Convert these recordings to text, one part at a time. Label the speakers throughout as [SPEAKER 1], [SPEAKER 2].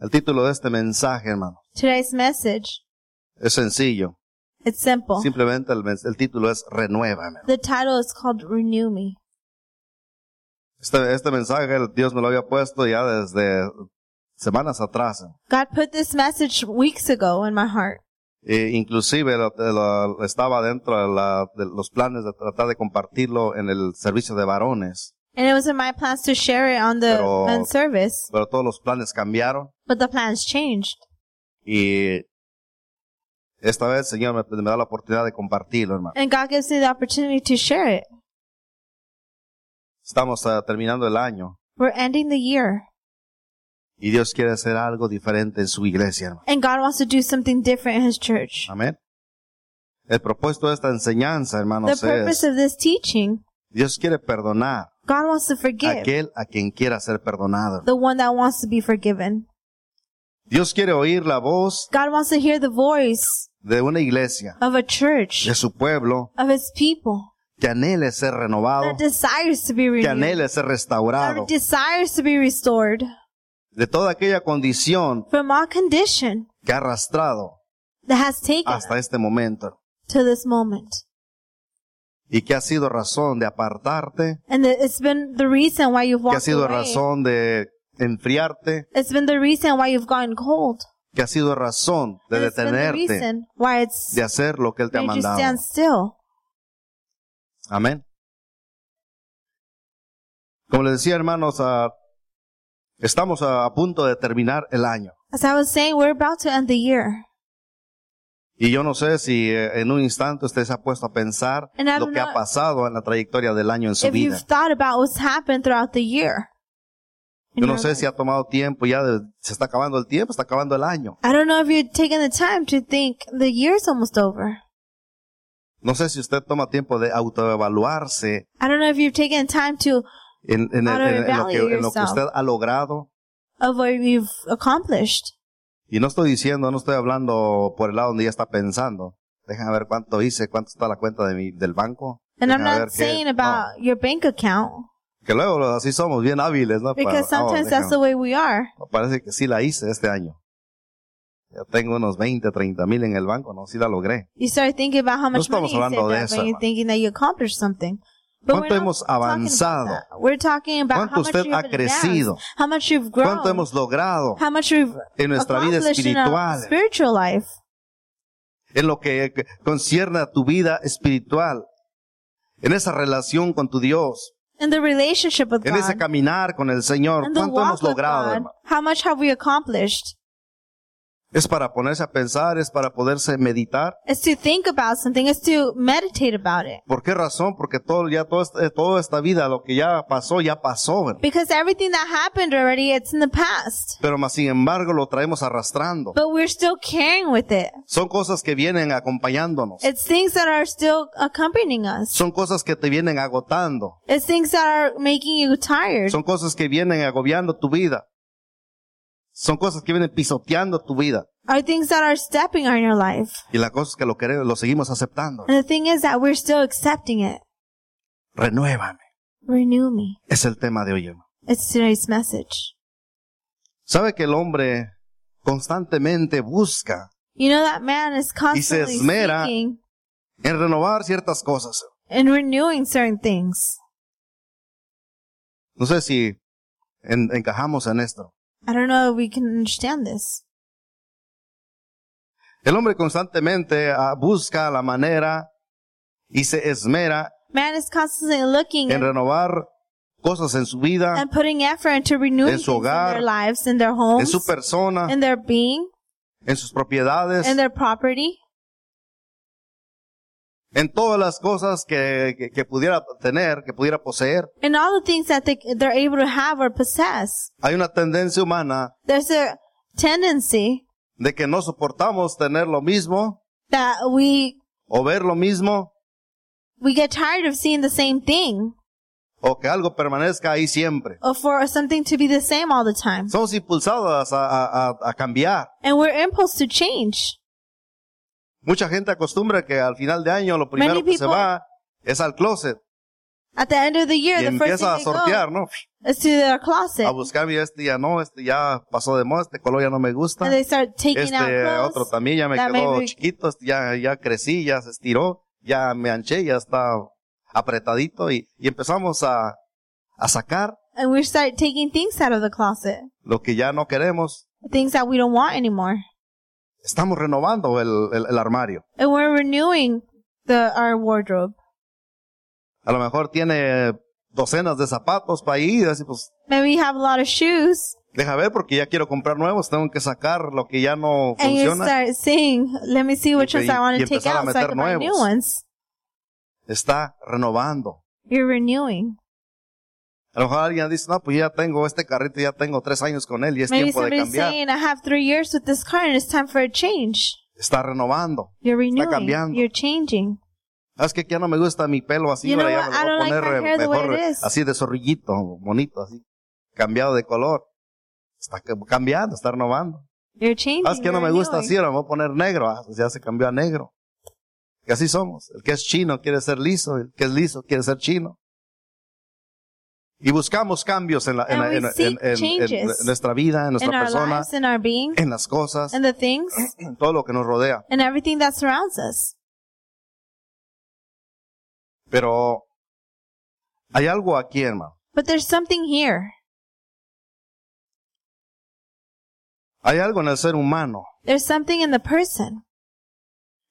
[SPEAKER 1] El título de este mensaje, hermano,
[SPEAKER 2] Today's message,
[SPEAKER 1] es sencillo.
[SPEAKER 2] it's simple.
[SPEAKER 1] Simplemente el, mens- el título es Renuévame.
[SPEAKER 2] The title is called Renew Me.
[SPEAKER 1] Este, este mensaje el Dios me lo había puesto ya desde semanas atrás.
[SPEAKER 2] God put this message weeks ago in my heart.
[SPEAKER 1] E inclusive lo- lo- estaba dentro de, la- de los planes de tratar de compartirlo en el servicio de varones.
[SPEAKER 2] And it was in my plans to share it on the
[SPEAKER 1] Pero-
[SPEAKER 2] men's service,
[SPEAKER 1] Pero todos los planes cambiaron
[SPEAKER 2] but the plans changed.
[SPEAKER 1] y esta vez el Señor me, me da la oportunidad de compartirlo, hermano.
[SPEAKER 2] And God gives me the opportunity to share it.
[SPEAKER 1] Estamos ah, terminando el año
[SPEAKER 2] We're ending the year,
[SPEAKER 1] y Dios quiere hacer algo diferente en su iglesia, hermano.
[SPEAKER 2] and God wants to do something different in His church.
[SPEAKER 1] Amén. El propósito de esta enseñanza,
[SPEAKER 2] The
[SPEAKER 1] hermanos,
[SPEAKER 2] purpose
[SPEAKER 1] es
[SPEAKER 2] of this teaching,
[SPEAKER 1] Dios quiere perdonar
[SPEAKER 2] God wants to
[SPEAKER 1] a
[SPEAKER 2] forgive
[SPEAKER 1] aquel a quien quiera ser perdonado.
[SPEAKER 2] the one that wants to be forgiven.
[SPEAKER 1] Dios quiere oír la voz
[SPEAKER 2] God wants to hear the voice
[SPEAKER 1] de una iglesia,
[SPEAKER 2] of a church,
[SPEAKER 1] de su pueblo,
[SPEAKER 2] of His people,
[SPEAKER 1] que anhele ser renovado,
[SPEAKER 2] that desires to be
[SPEAKER 1] que
[SPEAKER 2] renewed,
[SPEAKER 1] anhele ser
[SPEAKER 2] that
[SPEAKER 1] restaurado
[SPEAKER 2] desires to be restored
[SPEAKER 1] de toda aquella condición
[SPEAKER 2] from all condition
[SPEAKER 1] que ha arrastrado
[SPEAKER 2] that has taken us
[SPEAKER 1] hasta este momento
[SPEAKER 2] to this moment.
[SPEAKER 1] y que ha sido razón de apartarte,
[SPEAKER 2] And that it's been the reason why you've
[SPEAKER 1] que ha
[SPEAKER 2] walked
[SPEAKER 1] sido
[SPEAKER 2] away.
[SPEAKER 1] razón de enfriarte,
[SPEAKER 2] It's been the reason why you've gotten cold.
[SPEAKER 1] que ha sido razón de
[SPEAKER 2] And it's been the
[SPEAKER 1] detenerte,
[SPEAKER 2] reason why it's
[SPEAKER 1] de hacer lo que Él te ha
[SPEAKER 2] made you
[SPEAKER 1] mandado.
[SPEAKER 2] stand still.
[SPEAKER 1] Amén. Como les decía, hermanos, ah, estamos a, a punto de terminar el año.
[SPEAKER 2] As I was saying, we're about to end the year.
[SPEAKER 1] Y yo no sé si eh, en un instante usted se ha puesto a pensar
[SPEAKER 2] And I'm
[SPEAKER 1] lo que ha
[SPEAKER 2] not-
[SPEAKER 1] pasado en la trayectoria del año en su
[SPEAKER 2] If
[SPEAKER 1] vida.
[SPEAKER 2] you've thought about what's happened throughout the year. in
[SPEAKER 1] Yo no
[SPEAKER 2] your
[SPEAKER 1] sé
[SPEAKER 2] life.
[SPEAKER 1] si ha tomado tiempo, ya de- se está acabando el tiempo, está acabando el año.
[SPEAKER 2] I don't know if you're taking the time to think the year's almost over.
[SPEAKER 1] No sé si usted toma tiempo de autoevaluarse
[SPEAKER 2] I don't know if you've taken time to
[SPEAKER 1] en, en- en- en- en lo, que, en lo que
[SPEAKER 2] Autoevaluate
[SPEAKER 1] usted ha logrado.
[SPEAKER 2] of what you've accomplished.
[SPEAKER 1] Y no estoy diciendo, no estoy hablando por el lado donde ya está pensando. Déjenme ver cuánto hice, cuánto está la cuenta de mi, del banco.
[SPEAKER 2] And I'm
[SPEAKER 1] Déjenme ver
[SPEAKER 2] not
[SPEAKER 1] qué-
[SPEAKER 2] saying
[SPEAKER 1] no,
[SPEAKER 2] about your bank account
[SPEAKER 1] que luego los- así somos, bien hábiles, ¿no? Para-
[SPEAKER 2] because
[SPEAKER 1] oh,
[SPEAKER 2] sometimes that's
[SPEAKER 1] déjame-
[SPEAKER 2] the way we are.
[SPEAKER 1] Parece que sí la hice este año. Ya tengo unos 20, 30 mil en el banco, ¿no? Sí la logré.
[SPEAKER 2] You start thinking about how
[SPEAKER 1] No
[SPEAKER 2] much
[SPEAKER 1] estamos
[SPEAKER 2] money you
[SPEAKER 1] hablando
[SPEAKER 2] saved
[SPEAKER 1] de
[SPEAKER 2] up
[SPEAKER 1] eso,
[SPEAKER 2] and
[SPEAKER 1] hermano.
[SPEAKER 2] you're thinking that you accomplished something. But we're
[SPEAKER 1] ¿Cuánto
[SPEAKER 2] not
[SPEAKER 1] hemos
[SPEAKER 2] talking
[SPEAKER 1] avanzado?
[SPEAKER 2] about that. We're talking about
[SPEAKER 1] ¿Cuánto
[SPEAKER 2] how much
[SPEAKER 1] usted
[SPEAKER 2] you've
[SPEAKER 1] ha
[SPEAKER 2] advanced,
[SPEAKER 1] crecido?
[SPEAKER 2] how much you've grown,
[SPEAKER 1] ¿Cuánto hemos logrado
[SPEAKER 2] how much you've
[SPEAKER 1] en nuestra vida
[SPEAKER 2] accomplished in our
[SPEAKER 1] espiritual?
[SPEAKER 2] spiritual life.
[SPEAKER 1] En lo que que concierne a tu vida espiritual. En esa relación con tu Dios.
[SPEAKER 2] In the relationship with
[SPEAKER 1] En ese
[SPEAKER 2] God,
[SPEAKER 1] caminar con el Señor.
[SPEAKER 2] in the
[SPEAKER 1] ¿Cuánto
[SPEAKER 2] walk
[SPEAKER 1] hemos
[SPEAKER 2] with
[SPEAKER 1] logrado,
[SPEAKER 2] God,
[SPEAKER 1] hermano?
[SPEAKER 2] how much have we accomplished?
[SPEAKER 1] Es para ponerse a pensar, es para poderse meditar.
[SPEAKER 2] It's to think about something, it's to meditate about it.
[SPEAKER 1] ¿Por qué razón? Porque todo, ya todo, este- toda esta vida, lo que ya pasó, ya pasó. ¿verdad?
[SPEAKER 2] Because everything that happened already, it's in the past.
[SPEAKER 1] Pero más sin embargo lo traemos arrastrando.
[SPEAKER 2] But we're still carrying with it.
[SPEAKER 1] Son cosas que vienen acompañándonos.
[SPEAKER 2] It's things that are still accompanying us.
[SPEAKER 1] Son cosas que te vienen agotando.
[SPEAKER 2] It's things that are making you tired.
[SPEAKER 1] Son cosas que vienen agobiando tu vida. Son cosas que vienen pisoteando tu vida.
[SPEAKER 2] Are things that are stepping on your life.
[SPEAKER 1] Y la cosa es que lo queremos, lo seguimos aceptando.
[SPEAKER 2] And the thing is that we're still accepting it.
[SPEAKER 1] Renuévame.
[SPEAKER 2] Renew me.
[SPEAKER 1] Es el tema de hoy. hermano.
[SPEAKER 2] It's today's message.
[SPEAKER 1] ¿Sabe que el hombre constantemente busca
[SPEAKER 2] You know that man is constantly
[SPEAKER 1] esmera.
[SPEAKER 2] seeking
[SPEAKER 1] en renovar ciertas cosas?
[SPEAKER 2] and renewing certain things.
[SPEAKER 1] No sé si en- encajamos en esto.
[SPEAKER 2] I don't know if we can understand this.
[SPEAKER 1] El hombre constantemente ah, busca la manera y se esmera
[SPEAKER 2] Man is constantly looking
[SPEAKER 1] en
[SPEAKER 2] and,
[SPEAKER 1] renovar cosas en su vida,
[SPEAKER 2] and putting effort into renewing
[SPEAKER 1] En su
[SPEAKER 2] things
[SPEAKER 1] hogar,
[SPEAKER 2] in their lives, in their homes,
[SPEAKER 1] en su persona,
[SPEAKER 2] in their being,
[SPEAKER 1] en sus propiedades,
[SPEAKER 2] in their property,
[SPEAKER 1] en todas las cosas que, que- que pudiera tener, que pudiera poseer.
[SPEAKER 2] in all the things that they, they're able to have or possess.
[SPEAKER 1] Hay una tendencia humana
[SPEAKER 2] There's a tendency
[SPEAKER 1] de que no soportamos tener lo mismo
[SPEAKER 2] that we
[SPEAKER 1] o ver lo mismo
[SPEAKER 2] we get tired of seeing the same thing
[SPEAKER 1] o que algo permanezca ahí siempre.
[SPEAKER 2] or for something to be the same all the time.
[SPEAKER 1] Somos impulsados a, a- a- a cambiar.
[SPEAKER 2] And we're impulsed to change.
[SPEAKER 1] Mucha gente acostumbra que al final de año lo primero
[SPEAKER 2] Many
[SPEAKER 1] que se
[SPEAKER 2] people-
[SPEAKER 1] va es al closet.
[SPEAKER 2] At the end of the year,
[SPEAKER 1] Y
[SPEAKER 2] the first
[SPEAKER 1] empieza
[SPEAKER 2] thing
[SPEAKER 1] a
[SPEAKER 2] they
[SPEAKER 1] sortear,
[SPEAKER 2] go
[SPEAKER 1] ¿no?
[SPEAKER 2] is to their
[SPEAKER 1] A
[SPEAKER 2] closet.
[SPEAKER 1] buscar, mira, este ya no, este ya pasó de moda, este color ya no me gusta.
[SPEAKER 2] And they start taking
[SPEAKER 1] Este
[SPEAKER 2] out
[SPEAKER 1] otro
[SPEAKER 2] clothes.
[SPEAKER 1] también ya me
[SPEAKER 2] that
[SPEAKER 1] quedó
[SPEAKER 2] maybe-
[SPEAKER 1] chiquito, este ya, ya crecí, ya se estiró, ya me anché, ya está apretadito y, y empezamos a, a sacar
[SPEAKER 2] And we start taking things out of the closet.
[SPEAKER 1] lo que ya no queremos.
[SPEAKER 2] Things that we don't want anymore.
[SPEAKER 1] Estamos renovando el, el- el armario.
[SPEAKER 2] And we're renewing the, our wardrobe.
[SPEAKER 1] A lo mejor tiene docenas de zapatos para ir, así pues,
[SPEAKER 2] Maybe you have a lot of shoes
[SPEAKER 1] deja ver porque ya quiero comprar nuevos, tengo que sacar lo que ya no
[SPEAKER 2] and you
[SPEAKER 1] funciona.
[SPEAKER 2] start saying, let me see which
[SPEAKER 1] Y-
[SPEAKER 2] ones I want
[SPEAKER 1] y
[SPEAKER 2] to take
[SPEAKER 1] empezar a
[SPEAKER 2] out so I
[SPEAKER 1] meter
[SPEAKER 2] can buy new
[SPEAKER 1] nuevos.
[SPEAKER 2] ones.
[SPEAKER 1] Está renovando.
[SPEAKER 2] You're renewing.
[SPEAKER 1] A lo mejor alguien dice, no, pues ya tengo este carrito, ya tengo tres años con él y es
[SPEAKER 2] Maybe
[SPEAKER 1] tiempo de
[SPEAKER 2] somebody's
[SPEAKER 1] cambiar.
[SPEAKER 2] saying, I have three years with this car and it's time for a change.
[SPEAKER 1] Está renovando.
[SPEAKER 2] You're
[SPEAKER 1] cambiando.
[SPEAKER 2] renewing. You're changing.
[SPEAKER 1] Ah, Es que ya no me gusta mi pelo así,
[SPEAKER 2] You know
[SPEAKER 1] ahora ya
[SPEAKER 2] what?
[SPEAKER 1] me lo
[SPEAKER 2] I
[SPEAKER 1] voy
[SPEAKER 2] don't
[SPEAKER 1] a
[SPEAKER 2] like
[SPEAKER 1] poner eh,
[SPEAKER 2] my hair the way
[SPEAKER 1] mejor,
[SPEAKER 2] it is.
[SPEAKER 1] así de zorrillito, bonito, así, cambiado de color. Está ca- cambiando, está renovando.
[SPEAKER 2] You're
[SPEAKER 1] Ah,
[SPEAKER 2] changing.
[SPEAKER 1] es que no me
[SPEAKER 2] you're
[SPEAKER 1] gusta
[SPEAKER 2] renewing.
[SPEAKER 1] así, ahora me voy a poner negro, ah, pues ya se cambió a negro. Y así somos. El que es chino quiere ser liso, el que es liso quiere ser chino. Y buscamos cambios en, la- en la-
[SPEAKER 2] And we
[SPEAKER 1] en- en-
[SPEAKER 2] seek
[SPEAKER 1] en- en- en
[SPEAKER 2] changes
[SPEAKER 1] nuestra vida, en
[SPEAKER 2] in
[SPEAKER 1] nuestra
[SPEAKER 2] our
[SPEAKER 1] persona,
[SPEAKER 2] lives, in our being,
[SPEAKER 1] en las cosas,
[SPEAKER 2] and the things,
[SPEAKER 1] en todo lo que nos rodea.
[SPEAKER 2] and everything that surrounds us.
[SPEAKER 1] Pero hay algo aquí, hermano.
[SPEAKER 2] But there's something here.
[SPEAKER 1] Hay algo en el ser humano
[SPEAKER 2] There's something in the person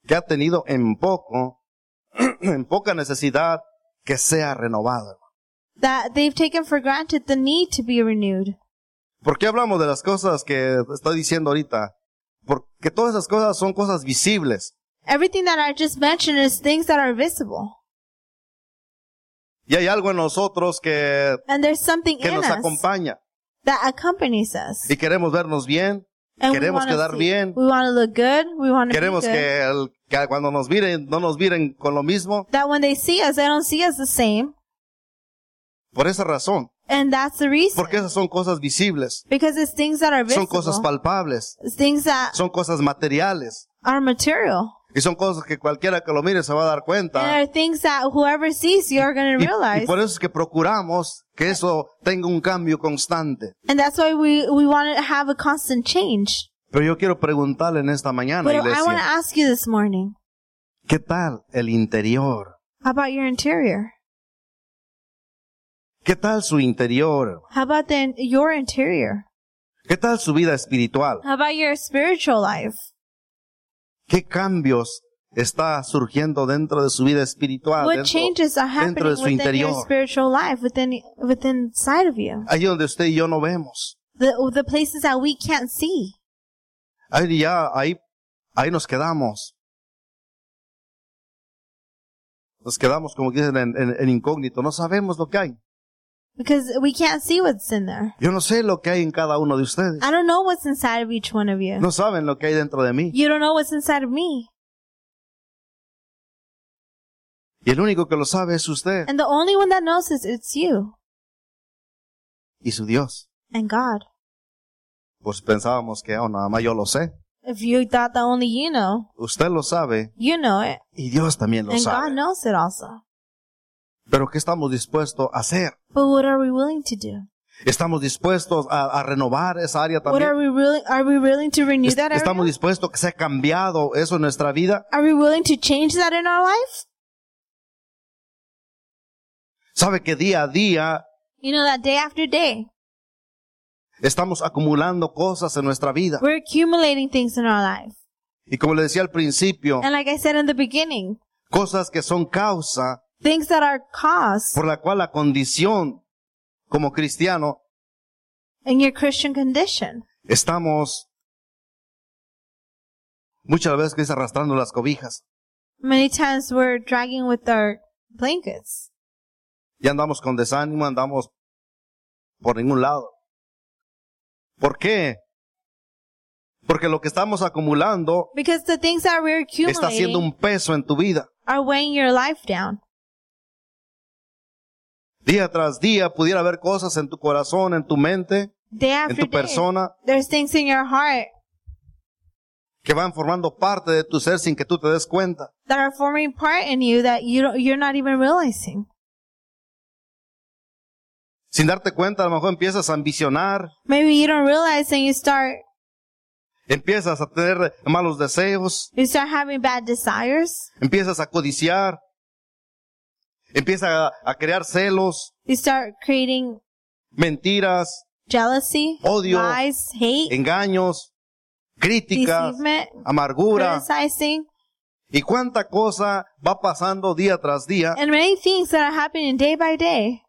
[SPEAKER 1] que ha tenido en poco, en poca necesidad que sea renovado. hermano.
[SPEAKER 2] that they've taken for granted the need to be renewed.
[SPEAKER 1] ¿Por qué hablamos de las cosas que estoy diciendo ahorita? Porque todas esas cosas son cosas visibles.
[SPEAKER 2] Everything that I just mentioned is things that are visible.
[SPEAKER 1] Y hay algo en nosotros que,
[SPEAKER 2] And there's something
[SPEAKER 1] que
[SPEAKER 2] in
[SPEAKER 1] nos
[SPEAKER 2] us
[SPEAKER 1] acompaña.
[SPEAKER 2] that accompanies us.
[SPEAKER 1] Y queremos vernos bien.
[SPEAKER 2] And we
[SPEAKER 1] queremos
[SPEAKER 2] wanna
[SPEAKER 1] quedar
[SPEAKER 2] see-
[SPEAKER 1] bien.
[SPEAKER 2] We want to look good. We want to be
[SPEAKER 1] Queremos
[SPEAKER 2] good.
[SPEAKER 1] que, el- que cuando nos miren, no nos miren con lo mismo.
[SPEAKER 2] that when they see us, they don't see us the same.
[SPEAKER 1] Por esa razón.
[SPEAKER 2] And that's the reason.
[SPEAKER 1] Porque esas son cosas visibles.
[SPEAKER 2] Because it's things that are
[SPEAKER 1] Son
[SPEAKER 2] visible.
[SPEAKER 1] cosas palpables.
[SPEAKER 2] it's things that
[SPEAKER 1] Son cosas materiales.
[SPEAKER 2] are material.
[SPEAKER 1] Y son cosas que cualquiera que lo mire se va a dar cuenta.
[SPEAKER 2] And there are things that whoever sees you are
[SPEAKER 1] Y-
[SPEAKER 2] going to
[SPEAKER 1] Y,
[SPEAKER 2] realize.
[SPEAKER 1] por eso es que procuramos que eso tenga un cambio constante.
[SPEAKER 2] And that's why we, we want to have a constant change.
[SPEAKER 1] Pero yo quiero preguntarle en esta mañana,
[SPEAKER 2] But I want to
[SPEAKER 1] iglesia,
[SPEAKER 2] ask you this morning
[SPEAKER 1] ¿qué tal el interior?
[SPEAKER 2] how about your interior?
[SPEAKER 1] ¿Qué tal su interior?
[SPEAKER 2] How about then your interior?
[SPEAKER 1] ¿Qué tal su vida espiritual?
[SPEAKER 2] How about your spiritual life?
[SPEAKER 1] ¿Qué cambios está surgiendo dentro de su vida espiritual?
[SPEAKER 2] what
[SPEAKER 1] Ah, Dentro-
[SPEAKER 2] changes are happening
[SPEAKER 1] dentro de su
[SPEAKER 2] within your
[SPEAKER 1] interior.
[SPEAKER 2] spiritual life, within within inside of you?
[SPEAKER 1] Ahí donde usted y yo no vemos.
[SPEAKER 2] The the places that we can't see.
[SPEAKER 1] Ahí ya, ahí, ahí nos quedamos. Nos quedamos, como dicen, en- en- en incógnito. No sabemos lo que hay.
[SPEAKER 2] Because we can't see what's in there.
[SPEAKER 1] Yo no sé lo que hay en cada uno de ustedes.
[SPEAKER 2] I don't know what's inside of each one of you.
[SPEAKER 1] No saben lo que hay dentro de mí.
[SPEAKER 2] You don't know what's inside of me.
[SPEAKER 1] Y el único que lo sabe es usted
[SPEAKER 2] And the only one that knows is it's you
[SPEAKER 1] y su Dios.
[SPEAKER 2] and God.
[SPEAKER 1] Pues pensábamos que, oh, nada más yo lo sé.
[SPEAKER 2] If you thought that only you know,
[SPEAKER 1] Usted lo sabe
[SPEAKER 2] you know it.
[SPEAKER 1] y Dios también lo
[SPEAKER 2] And God
[SPEAKER 1] sabe.
[SPEAKER 2] knows it also.
[SPEAKER 1] Pero ¿qué estamos dispuestos a hacer?
[SPEAKER 2] But what are we willing to do?
[SPEAKER 1] ¿Estamos dispuestos a, a renovar esa área
[SPEAKER 2] What are
[SPEAKER 1] también?
[SPEAKER 2] we willing are we willing to renew
[SPEAKER 1] Est-
[SPEAKER 2] that area?
[SPEAKER 1] ¿Estamos dispuestos a que sea cambiado eso en nuestra vida?
[SPEAKER 2] Are we willing to change that in our life?
[SPEAKER 1] ¿Sabe que día a día
[SPEAKER 2] You know that day after day,
[SPEAKER 1] estamos acumulando cosas en nuestra vida?
[SPEAKER 2] we're accumulating things in our life.
[SPEAKER 1] Y como le decía al principio,
[SPEAKER 2] And like I said in the beginning,
[SPEAKER 1] cosas que son causa
[SPEAKER 2] things that are cause
[SPEAKER 1] por la cual la condición como cristiano
[SPEAKER 2] in your Christian condition.
[SPEAKER 1] estamos muchas veces que es arrastrando las cobijas
[SPEAKER 2] Many times we're dragging with our blankets.
[SPEAKER 1] y andamos con desánimo, andamos por ningún lado. ¿Por qué? Porque lo que estamos acumulando
[SPEAKER 2] Because the things that we're
[SPEAKER 1] está siendo
[SPEAKER 2] accumulating
[SPEAKER 1] un peso en tu vida.
[SPEAKER 2] are weighing your life down.
[SPEAKER 1] Día tras día pudiera haber cosas en tu corazón, en tu mente,
[SPEAKER 2] Day
[SPEAKER 1] en
[SPEAKER 2] after
[SPEAKER 1] tu
[SPEAKER 2] day,
[SPEAKER 1] persona
[SPEAKER 2] there's things in your heart
[SPEAKER 1] que van formando parte de tu ser sin que tú te des cuenta.
[SPEAKER 2] that are forming part in you that you don't, you're not even realizing.
[SPEAKER 1] Sin darte cuenta, a lo mejor empiezas a ambicionar,
[SPEAKER 2] Maybe you don't realize and you start,
[SPEAKER 1] empiezas a tener malos deseos,
[SPEAKER 2] you start having bad desires.
[SPEAKER 1] empiezas a codiciar, empiezas a, a crear celos,
[SPEAKER 2] You start creating
[SPEAKER 1] mentiras,
[SPEAKER 2] jealousy,
[SPEAKER 1] Odio.
[SPEAKER 2] lies, hate,
[SPEAKER 1] engaños, críticas,
[SPEAKER 2] deceivement,
[SPEAKER 1] amargura
[SPEAKER 2] criticizing,
[SPEAKER 1] y cuánta cosa va pasando día tras día
[SPEAKER 2] and many things that are happening day by day.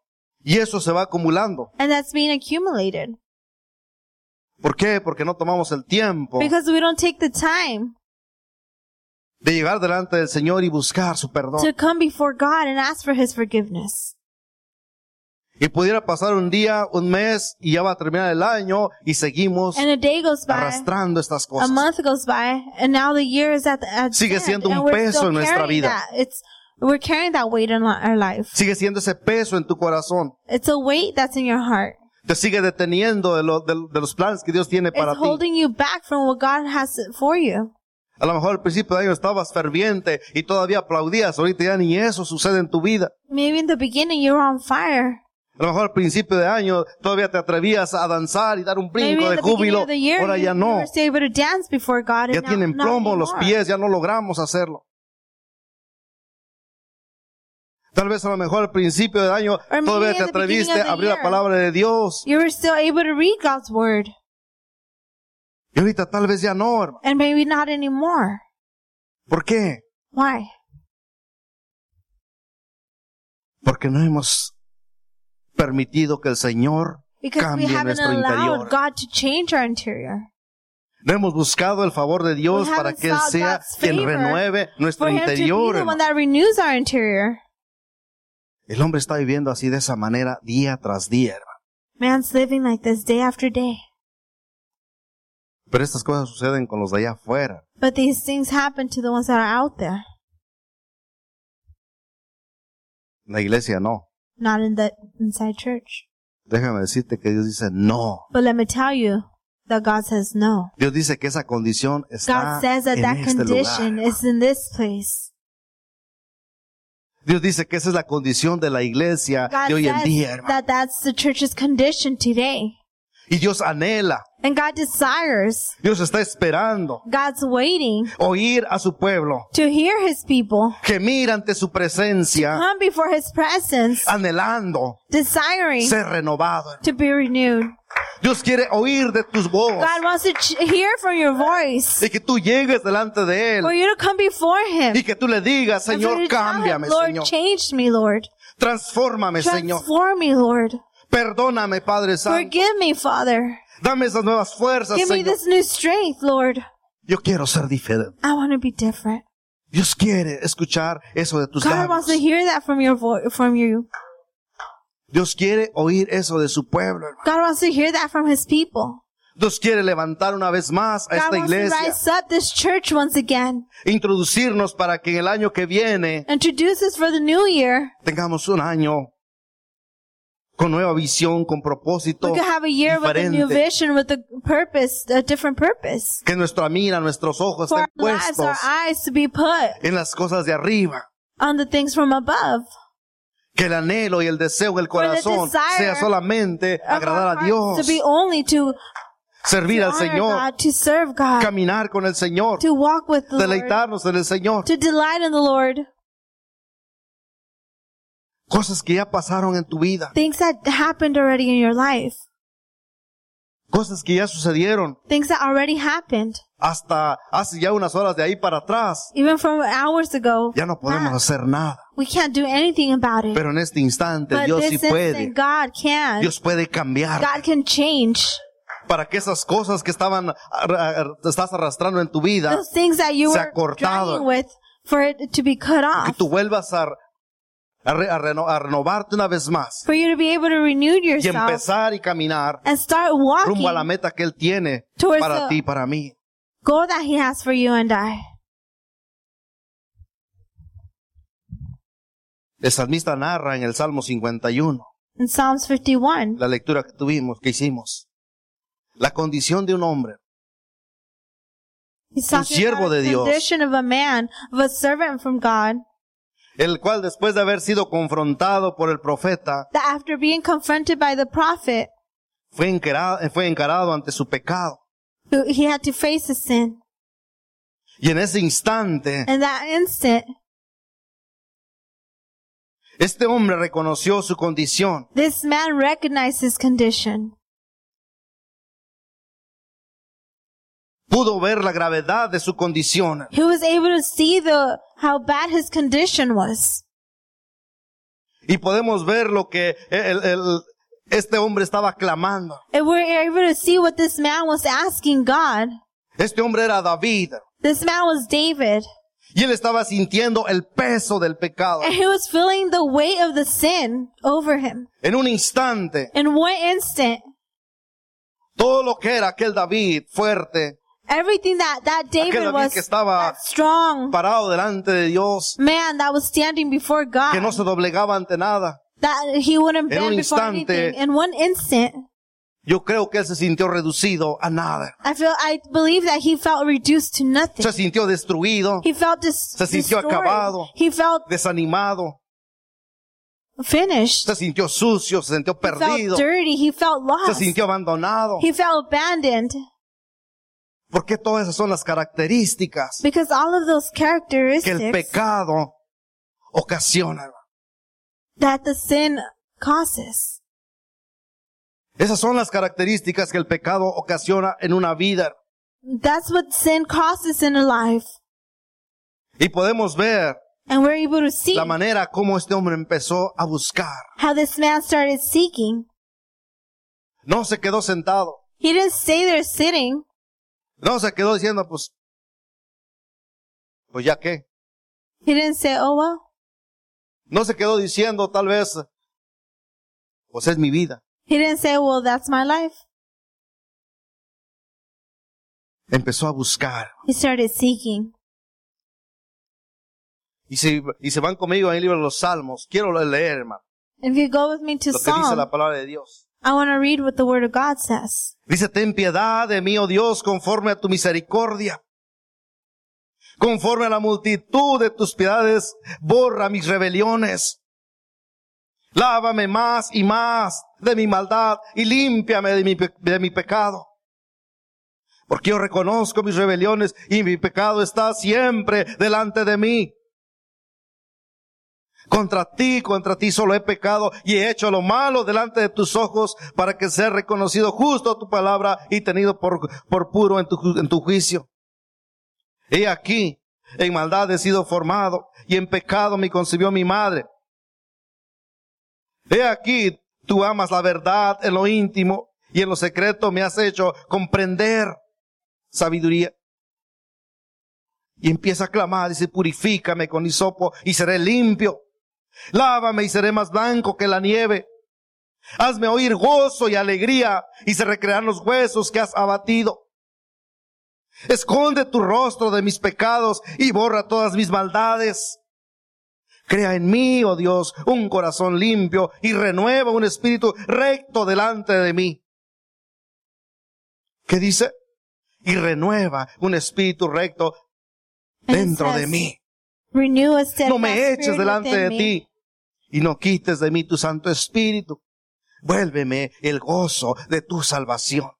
[SPEAKER 1] y eso se va acumulando.
[SPEAKER 2] And that's being accumulated
[SPEAKER 1] ¿Por qué? Porque no tomamos el tiempo
[SPEAKER 2] because we don't take the time
[SPEAKER 1] de llegar delante del Señor y buscar su perdón.
[SPEAKER 2] to come before God and ask for His forgiveness.
[SPEAKER 1] Y pudiera pasar un día, un mes y ya va a terminar el año y seguimos
[SPEAKER 2] And a day goes by,
[SPEAKER 1] arrastrando estas
[SPEAKER 2] a
[SPEAKER 1] cosas.
[SPEAKER 2] month goes by, and now the year is at the at
[SPEAKER 1] Sigue
[SPEAKER 2] the end,
[SPEAKER 1] siendo un
[SPEAKER 2] and we're
[SPEAKER 1] peso
[SPEAKER 2] still
[SPEAKER 1] en nuestra
[SPEAKER 2] carrying
[SPEAKER 1] vida.
[SPEAKER 2] that. It's we're carrying that weight in our life.
[SPEAKER 1] Sigue siendo ese peso en tu corazón.
[SPEAKER 2] It's a weight that's in your heart.
[SPEAKER 1] Te sigue deteniendo de, lo- de- de los planes que Dios tiene para
[SPEAKER 2] It's
[SPEAKER 1] ti.
[SPEAKER 2] holding you back from what God has for you.
[SPEAKER 1] A lo mejor al principio de año estabas ferviente y todavía aplaudías. Ahorita ya ni eso sucede en tu vida.
[SPEAKER 2] Maybe in the beginning you were on fire.
[SPEAKER 1] A lo mejor al principio de año todavía te atrevías a danzar y dar un
[SPEAKER 2] Maybe
[SPEAKER 1] brinco
[SPEAKER 2] in
[SPEAKER 1] de
[SPEAKER 2] the beginning
[SPEAKER 1] júbilo.
[SPEAKER 2] of the year
[SPEAKER 1] Ahora
[SPEAKER 2] you,
[SPEAKER 1] ya
[SPEAKER 2] you
[SPEAKER 1] no.
[SPEAKER 2] were still able to dance before God.
[SPEAKER 1] Ya
[SPEAKER 2] and now,
[SPEAKER 1] tienen
[SPEAKER 2] not
[SPEAKER 1] plomo los
[SPEAKER 2] anymore.
[SPEAKER 1] pies, ya no logramos hacerlo. Tal vez a lo mejor al principio del año
[SPEAKER 2] maybe
[SPEAKER 1] todavía
[SPEAKER 2] at
[SPEAKER 1] te
[SPEAKER 2] the beginning
[SPEAKER 1] atreviste
[SPEAKER 2] of the
[SPEAKER 1] a abrir la
[SPEAKER 2] year.
[SPEAKER 1] palabra de Dios.
[SPEAKER 2] You were still able to read God's word,
[SPEAKER 1] Y ahorita tal vez ya no, hermano.
[SPEAKER 2] and maybe not anymore.
[SPEAKER 1] ¿Por qué?
[SPEAKER 2] Why?
[SPEAKER 1] Porque no hemos permitido que el Señor
[SPEAKER 2] Because
[SPEAKER 1] cambie
[SPEAKER 2] we haven't
[SPEAKER 1] nuestro
[SPEAKER 2] allowed
[SPEAKER 1] interior.
[SPEAKER 2] God to change our interior.
[SPEAKER 1] No hemos buscado el favor de Dios
[SPEAKER 2] We
[SPEAKER 1] para
[SPEAKER 2] haven't
[SPEAKER 1] que Él
[SPEAKER 2] sought
[SPEAKER 1] sea
[SPEAKER 2] God's
[SPEAKER 1] quien
[SPEAKER 2] favor
[SPEAKER 1] renueve nuestro
[SPEAKER 2] For Him to
[SPEAKER 1] interior.
[SPEAKER 2] be the one
[SPEAKER 1] hermano.
[SPEAKER 2] that renews our interior.
[SPEAKER 1] El hombre está viviendo así de esa manera día tras día, hermano.
[SPEAKER 2] Man's living like this day after day.
[SPEAKER 1] Pero estas cosas suceden con los de allá afuera.
[SPEAKER 2] But these things happen to the ones that are out there,
[SPEAKER 1] En la iglesia no.
[SPEAKER 2] not in the inside church.
[SPEAKER 1] Déjame decirte que Dios dice no.
[SPEAKER 2] But let me tell you that God says no.
[SPEAKER 1] Dios dice que esa condición
[SPEAKER 2] God
[SPEAKER 1] está
[SPEAKER 2] says that
[SPEAKER 1] en
[SPEAKER 2] that
[SPEAKER 1] este
[SPEAKER 2] condition
[SPEAKER 1] lugar.
[SPEAKER 2] is in this place.
[SPEAKER 1] Dios dice que esa es la condición de la iglesia
[SPEAKER 2] God
[SPEAKER 1] de hoy en
[SPEAKER 2] says
[SPEAKER 1] día, hermano.
[SPEAKER 2] that that's the church's condition today.
[SPEAKER 1] Y Dios anhela,
[SPEAKER 2] And God desires,
[SPEAKER 1] Dios está esperando
[SPEAKER 2] God's waiting
[SPEAKER 1] oír a su pueblo,
[SPEAKER 2] to hear his people
[SPEAKER 1] gemir ante su presencia,
[SPEAKER 2] come before his presence,
[SPEAKER 1] Ah. anhelando
[SPEAKER 2] desiring
[SPEAKER 1] ser renovado. hermano.
[SPEAKER 2] to be renewed.
[SPEAKER 1] Dios quiere oír de tus voces
[SPEAKER 2] God wants to ch- hear from your voice
[SPEAKER 1] y que tú llegues delante de Él
[SPEAKER 2] for you to come before him.
[SPEAKER 1] y que tú le digas,
[SPEAKER 2] and for
[SPEAKER 1] Señor,
[SPEAKER 2] you to tell him,
[SPEAKER 1] cámbiame,
[SPEAKER 2] Lord,
[SPEAKER 1] Señor.
[SPEAKER 2] change me, Lord.
[SPEAKER 1] Transfórmame, Señor.
[SPEAKER 2] Transform me, Lord.
[SPEAKER 1] Perdóname, Padre Santo.
[SPEAKER 2] Forgive me, Father.
[SPEAKER 1] Dame esas nuevas fuerzas,
[SPEAKER 2] Give me
[SPEAKER 1] Señor.
[SPEAKER 2] this new strength, Lord.
[SPEAKER 1] Yo quiero ser diferente.
[SPEAKER 2] I want to be different.
[SPEAKER 1] Dios quiere escuchar eso de tus
[SPEAKER 2] God
[SPEAKER 1] labios.
[SPEAKER 2] wants to hear that from your voice, from you.
[SPEAKER 1] Dios quiere oír eso de su pueblo, hermano.
[SPEAKER 2] God wants to hear that from His people.
[SPEAKER 1] Dios quiere levantar una vez más a
[SPEAKER 2] God
[SPEAKER 1] esta
[SPEAKER 2] wants to
[SPEAKER 1] iglesia,
[SPEAKER 2] rise up this church once again.
[SPEAKER 1] introducirnos para que en el año que viene
[SPEAKER 2] Introduce us for the new year.
[SPEAKER 1] tengamos un año con nueva visión, con propósito,
[SPEAKER 2] We could have a year with a new
[SPEAKER 1] diferente.
[SPEAKER 2] vision, with a purpose, a different purpose.
[SPEAKER 1] que nuestra mira, nuestros ojos
[SPEAKER 2] For
[SPEAKER 1] estén
[SPEAKER 2] our lives,
[SPEAKER 1] puestos
[SPEAKER 2] our eyes to be put
[SPEAKER 1] en las cosas de arriba,
[SPEAKER 2] on the things from above.
[SPEAKER 1] que el anhelo y el deseo del
[SPEAKER 2] For the
[SPEAKER 1] corazón
[SPEAKER 2] desire
[SPEAKER 1] sea solamente
[SPEAKER 2] Of our
[SPEAKER 1] agradar a
[SPEAKER 2] hearts
[SPEAKER 1] Dios,
[SPEAKER 2] To be only to
[SPEAKER 1] servir al
[SPEAKER 2] honor
[SPEAKER 1] Señor,
[SPEAKER 2] God, to serve God,
[SPEAKER 1] caminar con el Señor,
[SPEAKER 2] to walk with the Lord,
[SPEAKER 1] deleitarnos en el Señor.
[SPEAKER 2] to delight in the Lord.
[SPEAKER 1] Cosas que ya pasaron en tu vida,
[SPEAKER 2] Things that happened already in your life.
[SPEAKER 1] cosas que ya sucedieron
[SPEAKER 2] Things that already happened.
[SPEAKER 1] hasta hace ya unas horas de ahí para atrás.
[SPEAKER 2] Even from hours ago,
[SPEAKER 1] Ya no podemos
[SPEAKER 2] back.
[SPEAKER 1] hacer nada,
[SPEAKER 2] we can't do anything about it.
[SPEAKER 1] pero en este instante
[SPEAKER 2] But
[SPEAKER 1] Dios
[SPEAKER 2] this
[SPEAKER 1] sí
[SPEAKER 2] instant,
[SPEAKER 1] puede.
[SPEAKER 2] God can.
[SPEAKER 1] Dios puede cambiar
[SPEAKER 2] God can change
[SPEAKER 1] para que esas cosas que estaban arra- ar- te estás arrastrando en tu vida,
[SPEAKER 2] those things that you
[SPEAKER 1] Se
[SPEAKER 2] were
[SPEAKER 1] ha cortado.
[SPEAKER 2] dragging with for it to be cut
[SPEAKER 1] que
[SPEAKER 2] off,
[SPEAKER 1] tú vuelvas a, a re- a reno- a renovarte una vez más
[SPEAKER 2] for you to be able to renew
[SPEAKER 1] y
[SPEAKER 2] yourself
[SPEAKER 1] empezar y caminar
[SPEAKER 2] and start
[SPEAKER 1] rumbo a la
[SPEAKER 2] walking
[SPEAKER 1] meta que Él tiene
[SPEAKER 2] towards
[SPEAKER 1] para
[SPEAKER 2] the-
[SPEAKER 1] ti y para mí.
[SPEAKER 2] goal that He has for you and I.
[SPEAKER 1] El salmista narra en el Salmo 51,
[SPEAKER 2] In Psalms 51,
[SPEAKER 1] la lectura que tuvimos, que hicimos, la condición de un hombre
[SPEAKER 2] he's
[SPEAKER 1] Un
[SPEAKER 2] talking
[SPEAKER 1] siervo
[SPEAKER 2] about
[SPEAKER 1] de
[SPEAKER 2] the
[SPEAKER 1] Dios.
[SPEAKER 2] condition of a man, of a servant from God
[SPEAKER 1] el cual después de haber sido confrontado por el profeta,
[SPEAKER 2] that after being confronted by the prophet,
[SPEAKER 1] fue encarado, fue encarado ante su pecado.
[SPEAKER 2] who- he had to face his sin.
[SPEAKER 1] Y en ese instante,
[SPEAKER 2] In that instant,
[SPEAKER 1] este hombre reconoció su condición.
[SPEAKER 2] this man recognized his condition.
[SPEAKER 1] Pudo ver la gravedad de su condición.
[SPEAKER 2] He was able to see the how bad his condition was.
[SPEAKER 1] Y podemos ver lo que el- el- este hombre estaba clamando.
[SPEAKER 2] And we're able to see what this man was asking God.
[SPEAKER 1] Este hombre era David.
[SPEAKER 2] This man was David,
[SPEAKER 1] Y él estaba sintiendo el peso del pecado.
[SPEAKER 2] and he was feeling the weight of the sin over him.
[SPEAKER 1] En un instante,
[SPEAKER 2] In one instant,
[SPEAKER 1] todo lo que era aquel David fuerte,
[SPEAKER 2] everything that that David
[SPEAKER 1] David
[SPEAKER 2] was
[SPEAKER 1] que estaba-
[SPEAKER 2] that strong
[SPEAKER 1] parado delante de Dios,
[SPEAKER 2] man that was standing before God,
[SPEAKER 1] que no se doblegaba ante nada.
[SPEAKER 2] that he wouldn't
[SPEAKER 1] En un
[SPEAKER 2] bend before
[SPEAKER 1] instante-
[SPEAKER 2] anything. In one instant,
[SPEAKER 1] Yo creo que él se sintió reducido a nada.
[SPEAKER 2] I feel I believe that he felt reduced to nothing.
[SPEAKER 1] Se sintió destruido,
[SPEAKER 2] he felt dis-
[SPEAKER 1] se sintió
[SPEAKER 2] destroyed.
[SPEAKER 1] acabado.
[SPEAKER 2] He felt
[SPEAKER 1] desanimado,
[SPEAKER 2] finished.
[SPEAKER 1] se sintió sucio, se sintió
[SPEAKER 2] He
[SPEAKER 1] perdido,
[SPEAKER 2] felt dirty. He felt
[SPEAKER 1] se
[SPEAKER 2] lost.
[SPEAKER 1] sintió abandonado.
[SPEAKER 2] He felt abandoned
[SPEAKER 1] Porque todas esas son las características
[SPEAKER 2] because all of those
[SPEAKER 1] que el
[SPEAKER 2] characteristics
[SPEAKER 1] pecado ocasiona.
[SPEAKER 2] that the sin causes.
[SPEAKER 1] Esas son las características que el pecado ocasiona en una vida.
[SPEAKER 2] That's what sin causes in a life.
[SPEAKER 1] Y podemos ver
[SPEAKER 2] And we're able to see
[SPEAKER 1] la manera como este hombre empezó a buscar.
[SPEAKER 2] how this man started seeking.
[SPEAKER 1] No se quedó sentado.
[SPEAKER 2] He didn't stay there sitting.
[SPEAKER 1] No se quedó diciendo, pues, pues ya qué.
[SPEAKER 2] He didn't say, oh well.
[SPEAKER 1] No se quedó diciendo, tal vez, pues es mi vida.
[SPEAKER 2] He didn't say, well, that's my life.
[SPEAKER 1] Empezó a buscar.
[SPEAKER 2] He started seeking.
[SPEAKER 1] Y si, y se van conmigo en el libro de los Salmos, quiero leer, hermano,
[SPEAKER 2] If you go with me to
[SPEAKER 1] lo que dice
[SPEAKER 2] Psalm,
[SPEAKER 1] la palabra de Dios.
[SPEAKER 2] I want to read what the Word of God says.
[SPEAKER 1] Dice, ten piedad de mí, oh Dios, conforme a tu misericordia. Conforme a la multitud de tus piedades, borra mis rebeliones. Lávame más y más de mi maldad y límpiame de mi, pe- de mi pecado. Porque yo reconozco mis rebeliones y mi pecado está siempre delante de mí. Contra ti, contra ti solo he pecado y he hecho lo malo delante de tus ojos para que sea reconocido justo tu palabra y tenido por, por puro en tu, ju- en tu juicio. He aquí, en maldad he sido formado y en pecado me concibió mi madre. He aquí, tú amas la verdad en lo íntimo y en lo secreto me has hecho comprender sabiduría. Y empieza a clamar, dice, purifícame con hisopo y seré limpio. Lávame y seré más blanco que la nieve. Hazme oír gozo y alegría y se recrearán los huesos que has abatido. Esconde tu rostro de mis pecados y borra todas mis maldades. Crea en mí, oh Dios, un corazón limpio y renueva un espíritu recto delante de mí. ¿Qué dice? Y renueva un espíritu recto
[SPEAKER 2] And it
[SPEAKER 1] dentro de
[SPEAKER 2] says,
[SPEAKER 1] mí.
[SPEAKER 2] Renew a steadfast
[SPEAKER 1] No me eches
[SPEAKER 2] spirit
[SPEAKER 1] delante
[SPEAKER 2] within
[SPEAKER 1] de
[SPEAKER 2] me.
[SPEAKER 1] ti y no quites de mí tu Santo Espíritu. Vuélveme el gozo de tu salvación.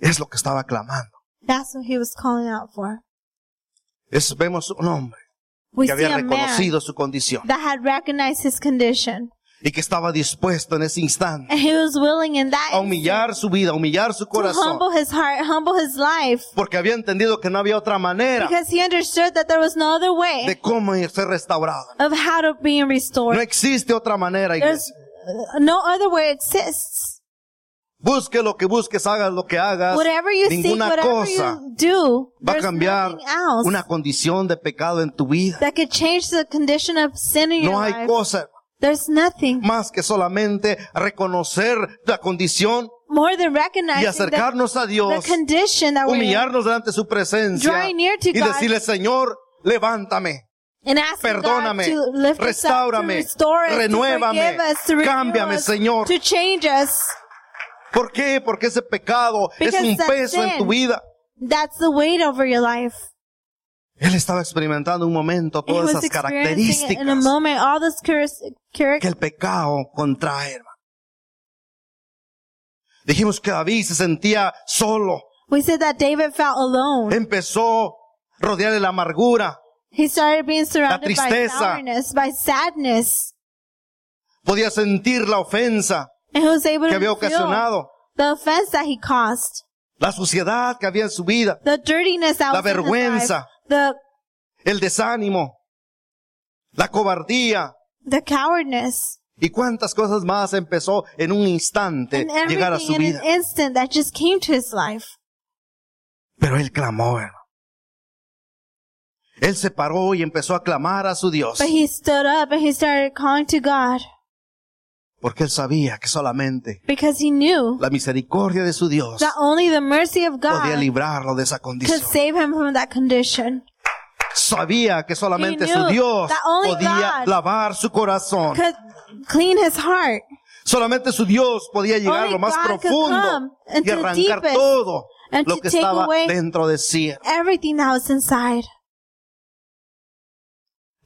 [SPEAKER 1] Es lo que estaba clamando.
[SPEAKER 2] That's what he was calling out for.
[SPEAKER 1] Es- vemos un hombre
[SPEAKER 2] We
[SPEAKER 1] que
[SPEAKER 2] see
[SPEAKER 1] había
[SPEAKER 2] a man
[SPEAKER 1] reconocido su condición
[SPEAKER 2] that had recognized his condition.
[SPEAKER 1] y que estaba dispuesto en ese instante
[SPEAKER 2] And he was willing in that
[SPEAKER 1] a humillar su vida, a humillar su
[SPEAKER 2] to
[SPEAKER 1] corazón,
[SPEAKER 2] humble his heart, humble his life.
[SPEAKER 1] porque había entendido que no había otra manera
[SPEAKER 2] Because he understood that there was no other way
[SPEAKER 1] de cómo ser restaurado.
[SPEAKER 2] of how to be
[SPEAKER 1] No
[SPEAKER 2] restored.
[SPEAKER 1] existe otra manera,
[SPEAKER 2] There's
[SPEAKER 1] iglesia.
[SPEAKER 2] uh, no other way exists.
[SPEAKER 1] Busque lo que busques, hagas lo que hagas.
[SPEAKER 2] Whatever you seek,
[SPEAKER 1] Ninguna
[SPEAKER 2] whatever
[SPEAKER 1] cosa
[SPEAKER 2] you do,
[SPEAKER 1] va a
[SPEAKER 2] there's
[SPEAKER 1] cambiar
[SPEAKER 2] nothing else
[SPEAKER 1] una condición de pecado en tu vida.
[SPEAKER 2] that could change the condition of sin in
[SPEAKER 1] No
[SPEAKER 2] your
[SPEAKER 1] hay
[SPEAKER 2] life.
[SPEAKER 1] cosa
[SPEAKER 2] There's nothing
[SPEAKER 1] más que solamente reconocer la condición
[SPEAKER 2] more than
[SPEAKER 1] y
[SPEAKER 2] recognizing the,
[SPEAKER 1] acercarnos a
[SPEAKER 2] the
[SPEAKER 1] Dios,
[SPEAKER 2] condition that we're in
[SPEAKER 1] humillarnos delante de su presencia
[SPEAKER 2] Drawing near to
[SPEAKER 1] y
[SPEAKER 2] God.
[SPEAKER 1] decirle, Señor, levántame,
[SPEAKER 2] and asking God
[SPEAKER 1] perdóname,
[SPEAKER 2] to lift us up, to
[SPEAKER 1] restáurame,
[SPEAKER 2] restore us, to
[SPEAKER 1] renuévame,
[SPEAKER 2] forgive us, to renew
[SPEAKER 1] cámbiame,
[SPEAKER 2] us,
[SPEAKER 1] Señor.
[SPEAKER 2] to change us.
[SPEAKER 1] ¿Por qué? Porque ese pecado es
[SPEAKER 2] Because
[SPEAKER 1] un
[SPEAKER 2] that
[SPEAKER 1] peso en tu
[SPEAKER 2] sin-
[SPEAKER 1] vida.
[SPEAKER 2] That's the weight over your life.
[SPEAKER 1] Él estaba experimentando un momento
[SPEAKER 2] He
[SPEAKER 1] todas
[SPEAKER 2] was
[SPEAKER 1] esas
[SPEAKER 2] experiencing in a
[SPEAKER 1] características
[SPEAKER 2] moment all those charis-
[SPEAKER 1] que
[SPEAKER 2] character.
[SPEAKER 1] el pecado contrae, hermano. Dijimos que David se sentía solo.
[SPEAKER 2] We said that David felt alone.
[SPEAKER 1] Empezó a rodearle la amargura.
[SPEAKER 2] He started being surrounded by
[SPEAKER 1] tristeza.
[SPEAKER 2] sourness, by sadness,
[SPEAKER 1] Podía sentir la ofensa
[SPEAKER 2] and he was able
[SPEAKER 1] que
[SPEAKER 2] to
[SPEAKER 1] había
[SPEAKER 2] feel
[SPEAKER 1] ocasionado,
[SPEAKER 2] the offense that he caused,
[SPEAKER 1] la suciedad que había en su vida,
[SPEAKER 2] the dirtiness that
[SPEAKER 1] La
[SPEAKER 2] was in his
[SPEAKER 1] vergüenza.
[SPEAKER 2] life, the
[SPEAKER 1] el desánimo, la cobardía
[SPEAKER 2] the cowardness,
[SPEAKER 1] y cuántas cosas más empezó en un instante
[SPEAKER 2] and
[SPEAKER 1] Eh, llegar a su
[SPEAKER 2] everything in
[SPEAKER 1] vida.
[SPEAKER 2] an instant that just came to his life.
[SPEAKER 1] Pero él clamó, hermano. Él se paró y empezó a clamar a su Dios,
[SPEAKER 2] But he stood up and he started calling to God
[SPEAKER 1] porque él sabía que solamente
[SPEAKER 2] because he knew
[SPEAKER 1] la misericordia de su Dios
[SPEAKER 2] that only the mercy of
[SPEAKER 1] podía
[SPEAKER 2] God
[SPEAKER 1] librarlo de esa
[SPEAKER 2] could
[SPEAKER 1] condición.
[SPEAKER 2] save him from that condition.
[SPEAKER 1] Sabía que solamente
[SPEAKER 2] He
[SPEAKER 1] su
[SPEAKER 2] knew
[SPEAKER 1] Dios
[SPEAKER 2] that only
[SPEAKER 1] podía
[SPEAKER 2] God
[SPEAKER 1] lavar su corazón.
[SPEAKER 2] Could clean his heart.
[SPEAKER 1] Solamente su Dios podía llegar a
[SPEAKER 2] Only
[SPEAKER 1] lo más
[SPEAKER 2] God could come
[SPEAKER 1] profundo
[SPEAKER 2] and
[SPEAKER 1] y
[SPEAKER 2] to the
[SPEAKER 1] arrancar
[SPEAKER 2] deepest
[SPEAKER 1] todo
[SPEAKER 2] and
[SPEAKER 1] lo
[SPEAKER 2] to
[SPEAKER 1] que
[SPEAKER 2] take
[SPEAKER 1] estaba
[SPEAKER 2] away-
[SPEAKER 1] dentro de sí.
[SPEAKER 2] Everything that was inside.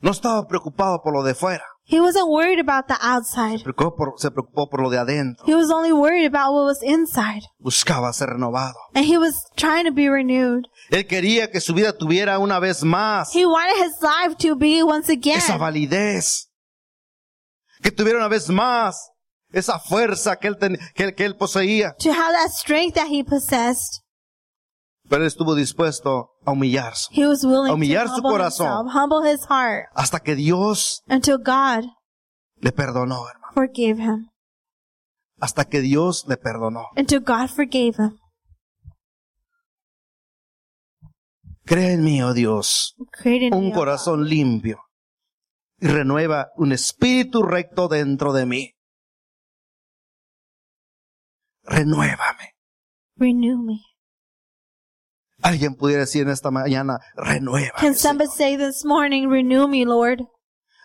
[SPEAKER 1] No estaba preocupado por lo de fuera,
[SPEAKER 2] He wasn't worried about the outside.
[SPEAKER 1] se preocupó por, se preocupó por lo de adentro.
[SPEAKER 2] He was only worried about what was inside.
[SPEAKER 1] Buscaba ser renovado.
[SPEAKER 2] And he was trying to be renewed.
[SPEAKER 1] Él quería que su vida tuviera una vez más
[SPEAKER 2] He wanted his life to be once again
[SPEAKER 1] esa validez, que tuviera una vez más esa fuerza que él, ten- que, él- que él poseía.
[SPEAKER 2] to have that strength that he possessed.
[SPEAKER 1] Pero él estuvo dispuesto a humillarse
[SPEAKER 2] He was willing
[SPEAKER 1] Humillar
[SPEAKER 2] to
[SPEAKER 1] su
[SPEAKER 2] humble
[SPEAKER 1] corazón.
[SPEAKER 2] himself, humble his heart
[SPEAKER 1] hasta que Dios
[SPEAKER 2] until God
[SPEAKER 1] le perdonó, hermano.
[SPEAKER 2] forgave him.
[SPEAKER 1] Hasta que Dios le perdonó.
[SPEAKER 2] Until God forgave him.
[SPEAKER 1] Cree en mí, oh Dios,
[SPEAKER 2] Created
[SPEAKER 1] un corazón limpio y renueva un espíritu recto dentro de mí. Renuévame.
[SPEAKER 2] Renew me.
[SPEAKER 1] Alguien pudiera decir en esta mañana, renuévame.
[SPEAKER 2] Can
[SPEAKER 1] Señor.
[SPEAKER 2] somebody say this morning, renew me, Lord?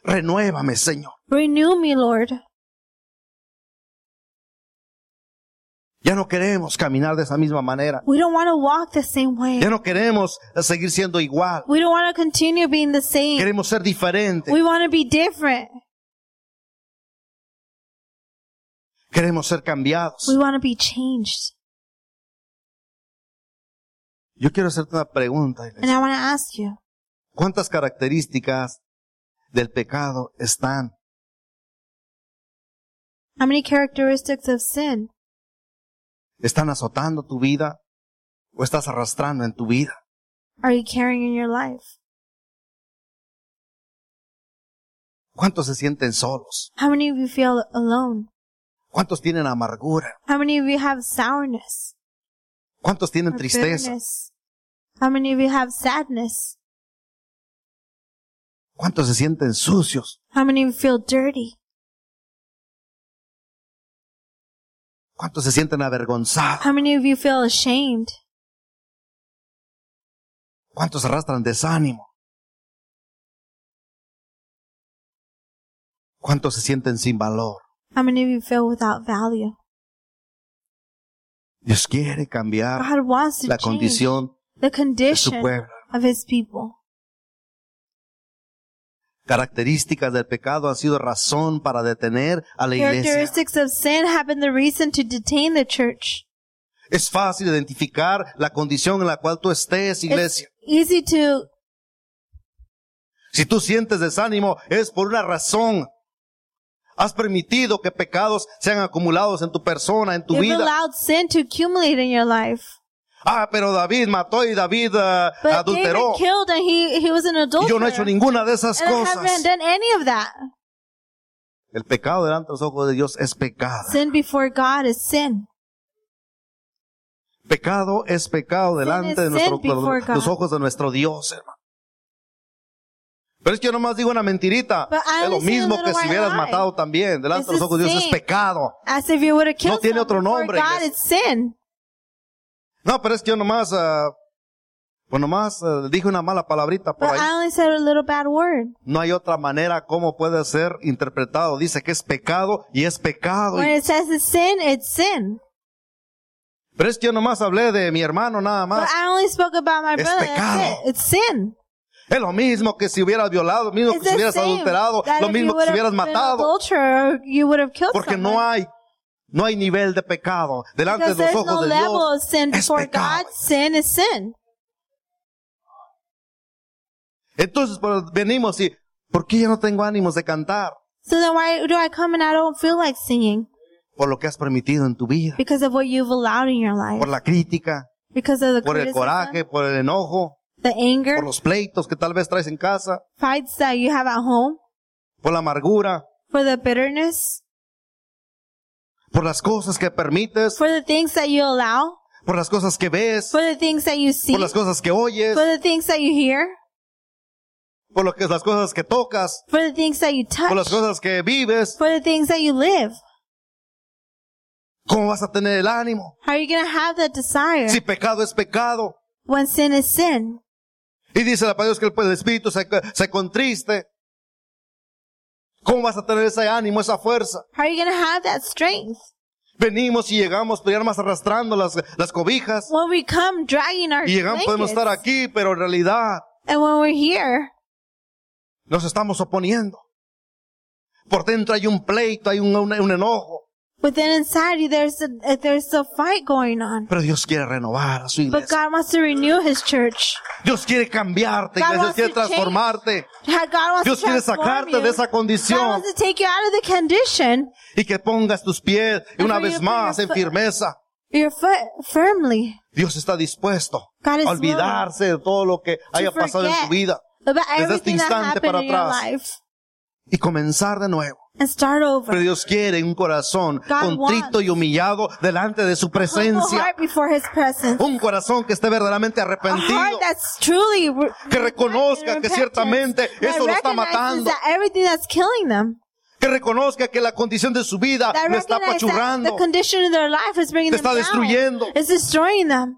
[SPEAKER 1] Renuévame, Señor.
[SPEAKER 2] Renew me, Lord.
[SPEAKER 1] Ya no queremos caminar de esa misma manera.
[SPEAKER 2] We don't want to walk the same way.
[SPEAKER 1] Ya no queremos seguir siendo igual.
[SPEAKER 2] We don't want to continue being the same.
[SPEAKER 1] Queremos ser diferentes.
[SPEAKER 2] We want to be different.
[SPEAKER 1] Queremos ser
[SPEAKER 2] We
[SPEAKER 1] cambiados.
[SPEAKER 2] want to be changed.
[SPEAKER 1] Yo quiero hacerte una pregunta. iglesia.
[SPEAKER 2] And I want to ask you,
[SPEAKER 1] ¿Cuántas características del pecado están
[SPEAKER 2] how many characteristics of sin
[SPEAKER 1] están azotando tu vida o estás arrastrando en tu vida.
[SPEAKER 2] are you carrying in your life?
[SPEAKER 1] ¿Cuántos se sienten solos?
[SPEAKER 2] How many of you feel alone?
[SPEAKER 1] ¿Cuántos tienen amargura?
[SPEAKER 2] How many of you have sourness?
[SPEAKER 1] ¿Cuántos tienen
[SPEAKER 2] or
[SPEAKER 1] tristeza?
[SPEAKER 2] bitterness? How many of you have sadness?
[SPEAKER 1] ¿Cuántos se sienten sucios?
[SPEAKER 2] How many of you feel dirty?
[SPEAKER 1] ¿Cuántos se sienten avergonzados?
[SPEAKER 2] How many of you feel ashamed?
[SPEAKER 1] ¿Cuántos arrastran desánimo? ¿Cuántos se sienten sin valor?
[SPEAKER 2] How many of you feel without value?
[SPEAKER 1] Dios quiere cambiar
[SPEAKER 2] God wants to
[SPEAKER 1] la
[SPEAKER 2] change
[SPEAKER 1] condición
[SPEAKER 2] the
[SPEAKER 1] de su
[SPEAKER 2] condition
[SPEAKER 1] pueblo.
[SPEAKER 2] of his people.
[SPEAKER 1] Características del pecado han sido razón para detener a la iglesia.
[SPEAKER 2] Characteristics of sin have been the reason to detain the church.
[SPEAKER 1] Es fácil identificar la condición en la cual tú estés, iglesia.
[SPEAKER 2] It's easy to
[SPEAKER 1] Si tú sientes desánimo, es por una razón. Has permitido que pecados sean acumulados en tu persona, en tu
[SPEAKER 2] You've
[SPEAKER 1] vida.
[SPEAKER 2] allowed sin to accumulate in your life.
[SPEAKER 1] Ah, pero David mató y David ah,
[SPEAKER 2] But
[SPEAKER 1] adulteró.
[SPEAKER 2] David killed and he, he was an
[SPEAKER 1] Y
[SPEAKER 2] adulterer.
[SPEAKER 1] yo no he hecho ninguna de esas
[SPEAKER 2] and I haven't
[SPEAKER 1] cosas.
[SPEAKER 2] done any of that.
[SPEAKER 1] El pecado delante de los ojos de Dios es pecado.
[SPEAKER 2] Sin before God is sin.
[SPEAKER 1] Pecado es pecado delante de,
[SPEAKER 2] sin
[SPEAKER 1] nuestro-
[SPEAKER 2] before
[SPEAKER 1] de los
[SPEAKER 2] God.
[SPEAKER 1] ojos de nuestro Dios, hermano. Pero es que yo nomás digo una mentirita.
[SPEAKER 2] But I
[SPEAKER 1] Es lo
[SPEAKER 2] only say a
[SPEAKER 1] mismo
[SPEAKER 2] little
[SPEAKER 1] que si
[SPEAKER 2] white
[SPEAKER 1] hubieras
[SPEAKER 2] lie.
[SPEAKER 1] matado también. Delante
[SPEAKER 2] It's
[SPEAKER 1] de los
[SPEAKER 2] the
[SPEAKER 1] ojos de Dios es
[SPEAKER 2] same.
[SPEAKER 1] pecado.
[SPEAKER 2] As if you would have killed
[SPEAKER 1] No tiene otro
[SPEAKER 2] someone
[SPEAKER 1] nombre,
[SPEAKER 2] before God,
[SPEAKER 1] iglesia.
[SPEAKER 2] it's sin.
[SPEAKER 1] No, pero es que yo nomás, ah, pues nomás ah, dije una mala palabrita por
[SPEAKER 2] But
[SPEAKER 1] ahí.
[SPEAKER 2] I only said a little bad word.
[SPEAKER 1] No hay otra manera como puede ser interpretado. Dice que es pecado y es pecado.
[SPEAKER 2] When it says it's sin, it's sin.
[SPEAKER 1] Pero es que yo nomás hablé de mi hermano nada
[SPEAKER 2] But
[SPEAKER 1] más.
[SPEAKER 2] I only spoke about my
[SPEAKER 1] Es
[SPEAKER 2] brother.
[SPEAKER 1] pecado.
[SPEAKER 2] That's it. It's sin.
[SPEAKER 1] Es lo mismo que si hubieras violado, lo mismo
[SPEAKER 2] It's
[SPEAKER 1] que si
[SPEAKER 2] the
[SPEAKER 1] hubieras
[SPEAKER 2] same.
[SPEAKER 1] adulterado,
[SPEAKER 2] That
[SPEAKER 1] lo
[SPEAKER 2] if you
[SPEAKER 1] mismo que si
[SPEAKER 2] would
[SPEAKER 1] hubieras
[SPEAKER 2] have been
[SPEAKER 1] matado.
[SPEAKER 2] adulterer, you would have killed
[SPEAKER 1] Porque
[SPEAKER 2] someone.
[SPEAKER 1] no hay, no hay nivel de pecado delante de
[SPEAKER 2] because
[SPEAKER 1] los
[SPEAKER 2] there's no
[SPEAKER 1] ojos de
[SPEAKER 2] level
[SPEAKER 1] Dios.
[SPEAKER 2] of sin
[SPEAKER 1] es
[SPEAKER 2] before
[SPEAKER 1] pecado.
[SPEAKER 2] God. Sin is sin.
[SPEAKER 1] Entonces pero venimos y, ¿por qué ya no tengo ánimos de cantar?
[SPEAKER 2] So then why do I come and I don't feel like singing?
[SPEAKER 1] Por lo que has permitido en tu vida,
[SPEAKER 2] Because of what you've allowed in your life.
[SPEAKER 1] por la crítica,
[SPEAKER 2] Because of the
[SPEAKER 1] por el
[SPEAKER 2] criticism,
[SPEAKER 1] coraje, por el enojo,
[SPEAKER 2] the anger,
[SPEAKER 1] por los pleitos que tal vez traes en casa,
[SPEAKER 2] fights that you have at home,
[SPEAKER 1] por la amargura,
[SPEAKER 2] for the bitterness,
[SPEAKER 1] por las cosas que permites,
[SPEAKER 2] for the things that you allow,
[SPEAKER 1] por las cosas que ves,
[SPEAKER 2] for the things that you see,
[SPEAKER 1] por las
[SPEAKER 2] for
[SPEAKER 1] cosas que oyes,
[SPEAKER 2] the things that you hear,
[SPEAKER 1] por lo que, las cosas que tocas,
[SPEAKER 2] for the things that you
[SPEAKER 1] por las
[SPEAKER 2] touch,
[SPEAKER 1] cosas que vives.
[SPEAKER 2] for the things that you live.
[SPEAKER 1] ¿Cómo vas a tener el ánimo?
[SPEAKER 2] How are you going to have that desire
[SPEAKER 1] Si pecado es pecado.
[SPEAKER 2] when sin is sin?
[SPEAKER 1] Y dice la palabra de Dios que el, pues, el espíritu se, se contriste. ¿Cómo vas a tener ese ánimo, esa fuerza?
[SPEAKER 2] How are you going to have that strength
[SPEAKER 1] Venimos y llegamos, pero ya más arrastrando las, las cobijas.
[SPEAKER 2] when we come dragging our
[SPEAKER 1] Y llegamos, podemos estar
[SPEAKER 2] blankets,
[SPEAKER 1] aquí, pero en realidad
[SPEAKER 2] and when we're here,
[SPEAKER 1] nos estamos oponiendo. Por dentro hay un pleito, hay un, un- un enojo.
[SPEAKER 2] but then inside you there's a uh, there's a fight going on.
[SPEAKER 1] Pero Dios quiere renovar a su
[SPEAKER 2] But
[SPEAKER 1] iglesia.
[SPEAKER 2] God wants to renew His church.
[SPEAKER 1] Dios quiere cambiarte, iglesia. Dios
[SPEAKER 2] God wants
[SPEAKER 1] quiere
[SPEAKER 2] to change.
[SPEAKER 1] transformarte.
[SPEAKER 2] God wants
[SPEAKER 1] Dios
[SPEAKER 2] to
[SPEAKER 1] quiere
[SPEAKER 2] transform you.
[SPEAKER 1] sacarte de esa
[SPEAKER 2] God
[SPEAKER 1] condición
[SPEAKER 2] wants to take you out of the condition,
[SPEAKER 1] y que pongas tus pies
[SPEAKER 2] And
[SPEAKER 1] una
[SPEAKER 2] for you
[SPEAKER 1] vez
[SPEAKER 2] to put
[SPEAKER 1] más
[SPEAKER 2] your
[SPEAKER 1] en
[SPEAKER 2] foot-
[SPEAKER 1] firmeza.
[SPEAKER 2] your foot firmly,
[SPEAKER 1] Dios está dispuesto
[SPEAKER 2] God is
[SPEAKER 1] a olvidarse de todo lo que haya pasado en tu
[SPEAKER 2] forget.
[SPEAKER 1] vida
[SPEAKER 2] about
[SPEAKER 1] este
[SPEAKER 2] everything that
[SPEAKER 1] instante
[SPEAKER 2] happened
[SPEAKER 1] para
[SPEAKER 2] in your
[SPEAKER 1] atrás.
[SPEAKER 2] life,
[SPEAKER 1] y comenzar de nuevo.
[SPEAKER 2] and start
[SPEAKER 1] Pero
[SPEAKER 2] over.
[SPEAKER 1] Dios quiere un corazón
[SPEAKER 2] God
[SPEAKER 1] contrito y humillado delante de su
[SPEAKER 2] Humble
[SPEAKER 1] presencia.
[SPEAKER 2] heart before His presence.
[SPEAKER 1] Un corazón que esté verdaderamente
[SPEAKER 2] A heart
[SPEAKER 1] arrepentido.
[SPEAKER 2] that's truly re-
[SPEAKER 1] Que reconozca que
[SPEAKER 2] repentance,
[SPEAKER 1] ciertamente
[SPEAKER 2] that
[SPEAKER 1] eso lo está
[SPEAKER 2] recognizes
[SPEAKER 1] matando.
[SPEAKER 2] that everything that's killing them.
[SPEAKER 1] Que reconozca que la condición de su vida
[SPEAKER 2] that
[SPEAKER 1] lo Ah, está
[SPEAKER 2] recognize that
[SPEAKER 1] apachurrando
[SPEAKER 2] the condition in their life is bringing
[SPEAKER 1] Te
[SPEAKER 2] them
[SPEAKER 1] está destruyendo.
[SPEAKER 2] down. It's destroying them.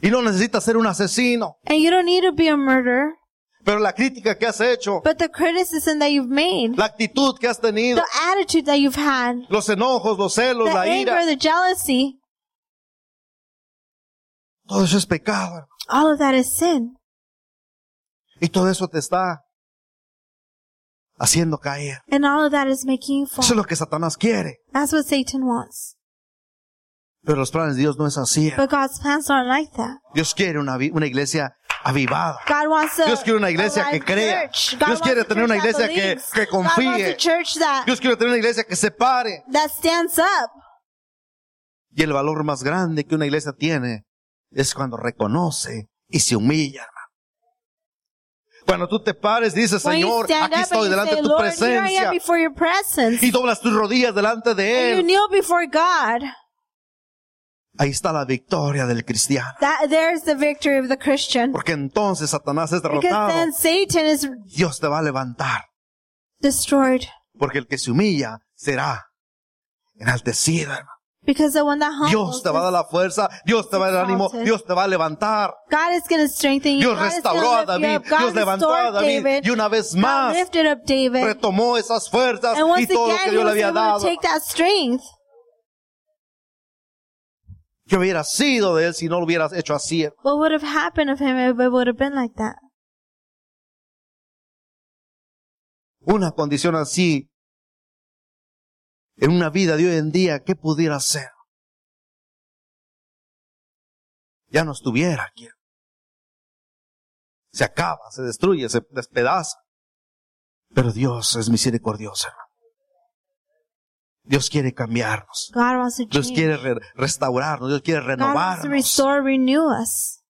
[SPEAKER 1] y no necesita ser un asesino.
[SPEAKER 2] And you don't need to be a murderer,
[SPEAKER 1] Pero la crítica que has hecho,
[SPEAKER 2] but the criticism that you've made,
[SPEAKER 1] la actitud que has tenido,
[SPEAKER 2] the attitude that you've had,
[SPEAKER 1] los enojos, los
[SPEAKER 2] the
[SPEAKER 1] celos, la
[SPEAKER 2] anger,
[SPEAKER 1] ira,
[SPEAKER 2] the jealousy,
[SPEAKER 1] todo eso es pecado. hermano.
[SPEAKER 2] all of that is sin.
[SPEAKER 1] Y todo eso te está haciendo caer.
[SPEAKER 2] And all of that is making you
[SPEAKER 1] Eso es
[SPEAKER 2] fall.
[SPEAKER 1] lo que Satanás quiere.
[SPEAKER 2] That's what Satan wants.
[SPEAKER 1] Pero los planes de Dios no es así.
[SPEAKER 2] But God's plans aren't like that.
[SPEAKER 1] Dios quiere una, vi- una iglesia avivada.
[SPEAKER 2] God wants a,
[SPEAKER 1] Dios quiere una iglesia
[SPEAKER 2] a
[SPEAKER 1] que
[SPEAKER 2] live
[SPEAKER 1] crea.
[SPEAKER 2] church. God
[SPEAKER 1] Dios
[SPEAKER 2] wants
[SPEAKER 1] quiere
[SPEAKER 2] a
[SPEAKER 1] tener una
[SPEAKER 2] church that
[SPEAKER 1] iglesia que-
[SPEAKER 2] believes.
[SPEAKER 1] que
[SPEAKER 2] God wants a
[SPEAKER 1] confíe.
[SPEAKER 2] church that,
[SPEAKER 1] Dios quiere tener una iglesia que se pare.
[SPEAKER 2] that stands up.
[SPEAKER 1] Y el valor más grande que una iglesia tiene es cuando reconoce y se humilla, hermano. Cuando tú te pares, dices,
[SPEAKER 2] When you
[SPEAKER 1] Señor,
[SPEAKER 2] stand
[SPEAKER 1] aquí
[SPEAKER 2] up and
[SPEAKER 1] estoy
[SPEAKER 2] you
[SPEAKER 1] delante
[SPEAKER 2] say,
[SPEAKER 1] de tu
[SPEAKER 2] Lord, here I
[SPEAKER 1] presencia.
[SPEAKER 2] am before your presence.
[SPEAKER 1] Y doblas tus rodillas delante de
[SPEAKER 2] And you
[SPEAKER 1] Él.
[SPEAKER 2] kneel before God.
[SPEAKER 1] Ahí está la victoria del cristiano.
[SPEAKER 2] That there's the victory of the Christian.
[SPEAKER 1] Porque entonces Satanás es
[SPEAKER 2] Because
[SPEAKER 1] derrotado.
[SPEAKER 2] then Satan is
[SPEAKER 1] Dios te va a levantar.
[SPEAKER 2] destroyed.
[SPEAKER 1] Porque el que se humilla será enaltecido, hermano.
[SPEAKER 2] Because the one that
[SPEAKER 1] Dios
[SPEAKER 2] humbles,
[SPEAKER 1] te va a dar la fuerza, Dios te va a dar ánimo,
[SPEAKER 2] exalted.
[SPEAKER 1] Dios te va a levantar.
[SPEAKER 2] God is going to strengthen you.
[SPEAKER 1] Dios
[SPEAKER 2] God is
[SPEAKER 1] restauró a
[SPEAKER 2] gonna lift you
[SPEAKER 1] David,
[SPEAKER 2] up. God
[SPEAKER 1] Dios levantó a
[SPEAKER 2] restored
[SPEAKER 1] David
[SPEAKER 2] David.
[SPEAKER 1] y una vez
[SPEAKER 2] God
[SPEAKER 1] más
[SPEAKER 2] lifted up David.
[SPEAKER 1] retomó esas fuerzas
[SPEAKER 2] And
[SPEAKER 1] y
[SPEAKER 2] once
[SPEAKER 1] todo lo que
[SPEAKER 2] again, he
[SPEAKER 1] Dios le
[SPEAKER 2] was
[SPEAKER 1] había
[SPEAKER 2] able
[SPEAKER 1] dado.
[SPEAKER 2] to take that strength.
[SPEAKER 1] Que hubiera sido de él si no lo hubieras hecho así.
[SPEAKER 2] What would have happened of him if it would have been like that?
[SPEAKER 1] Una condición así en una vida de hoy en día, ¿qué pudiera ser? Ya no estuviera aquí. Se acaba, se destruye, se despedaza. Pero Dios es misericordioso. hermano. Dios quiere cambiarnos.
[SPEAKER 2] God wants to
[SPEAKER 1] Dios
[SPEAKER 2] change.
[SPEAKER 1] quiere re- restaurarnos, Dios quiere
[SPEAKER 2] God wants to
[SPEAKER 1] renovarnos.
[SPEAKER 2] restore, renew us.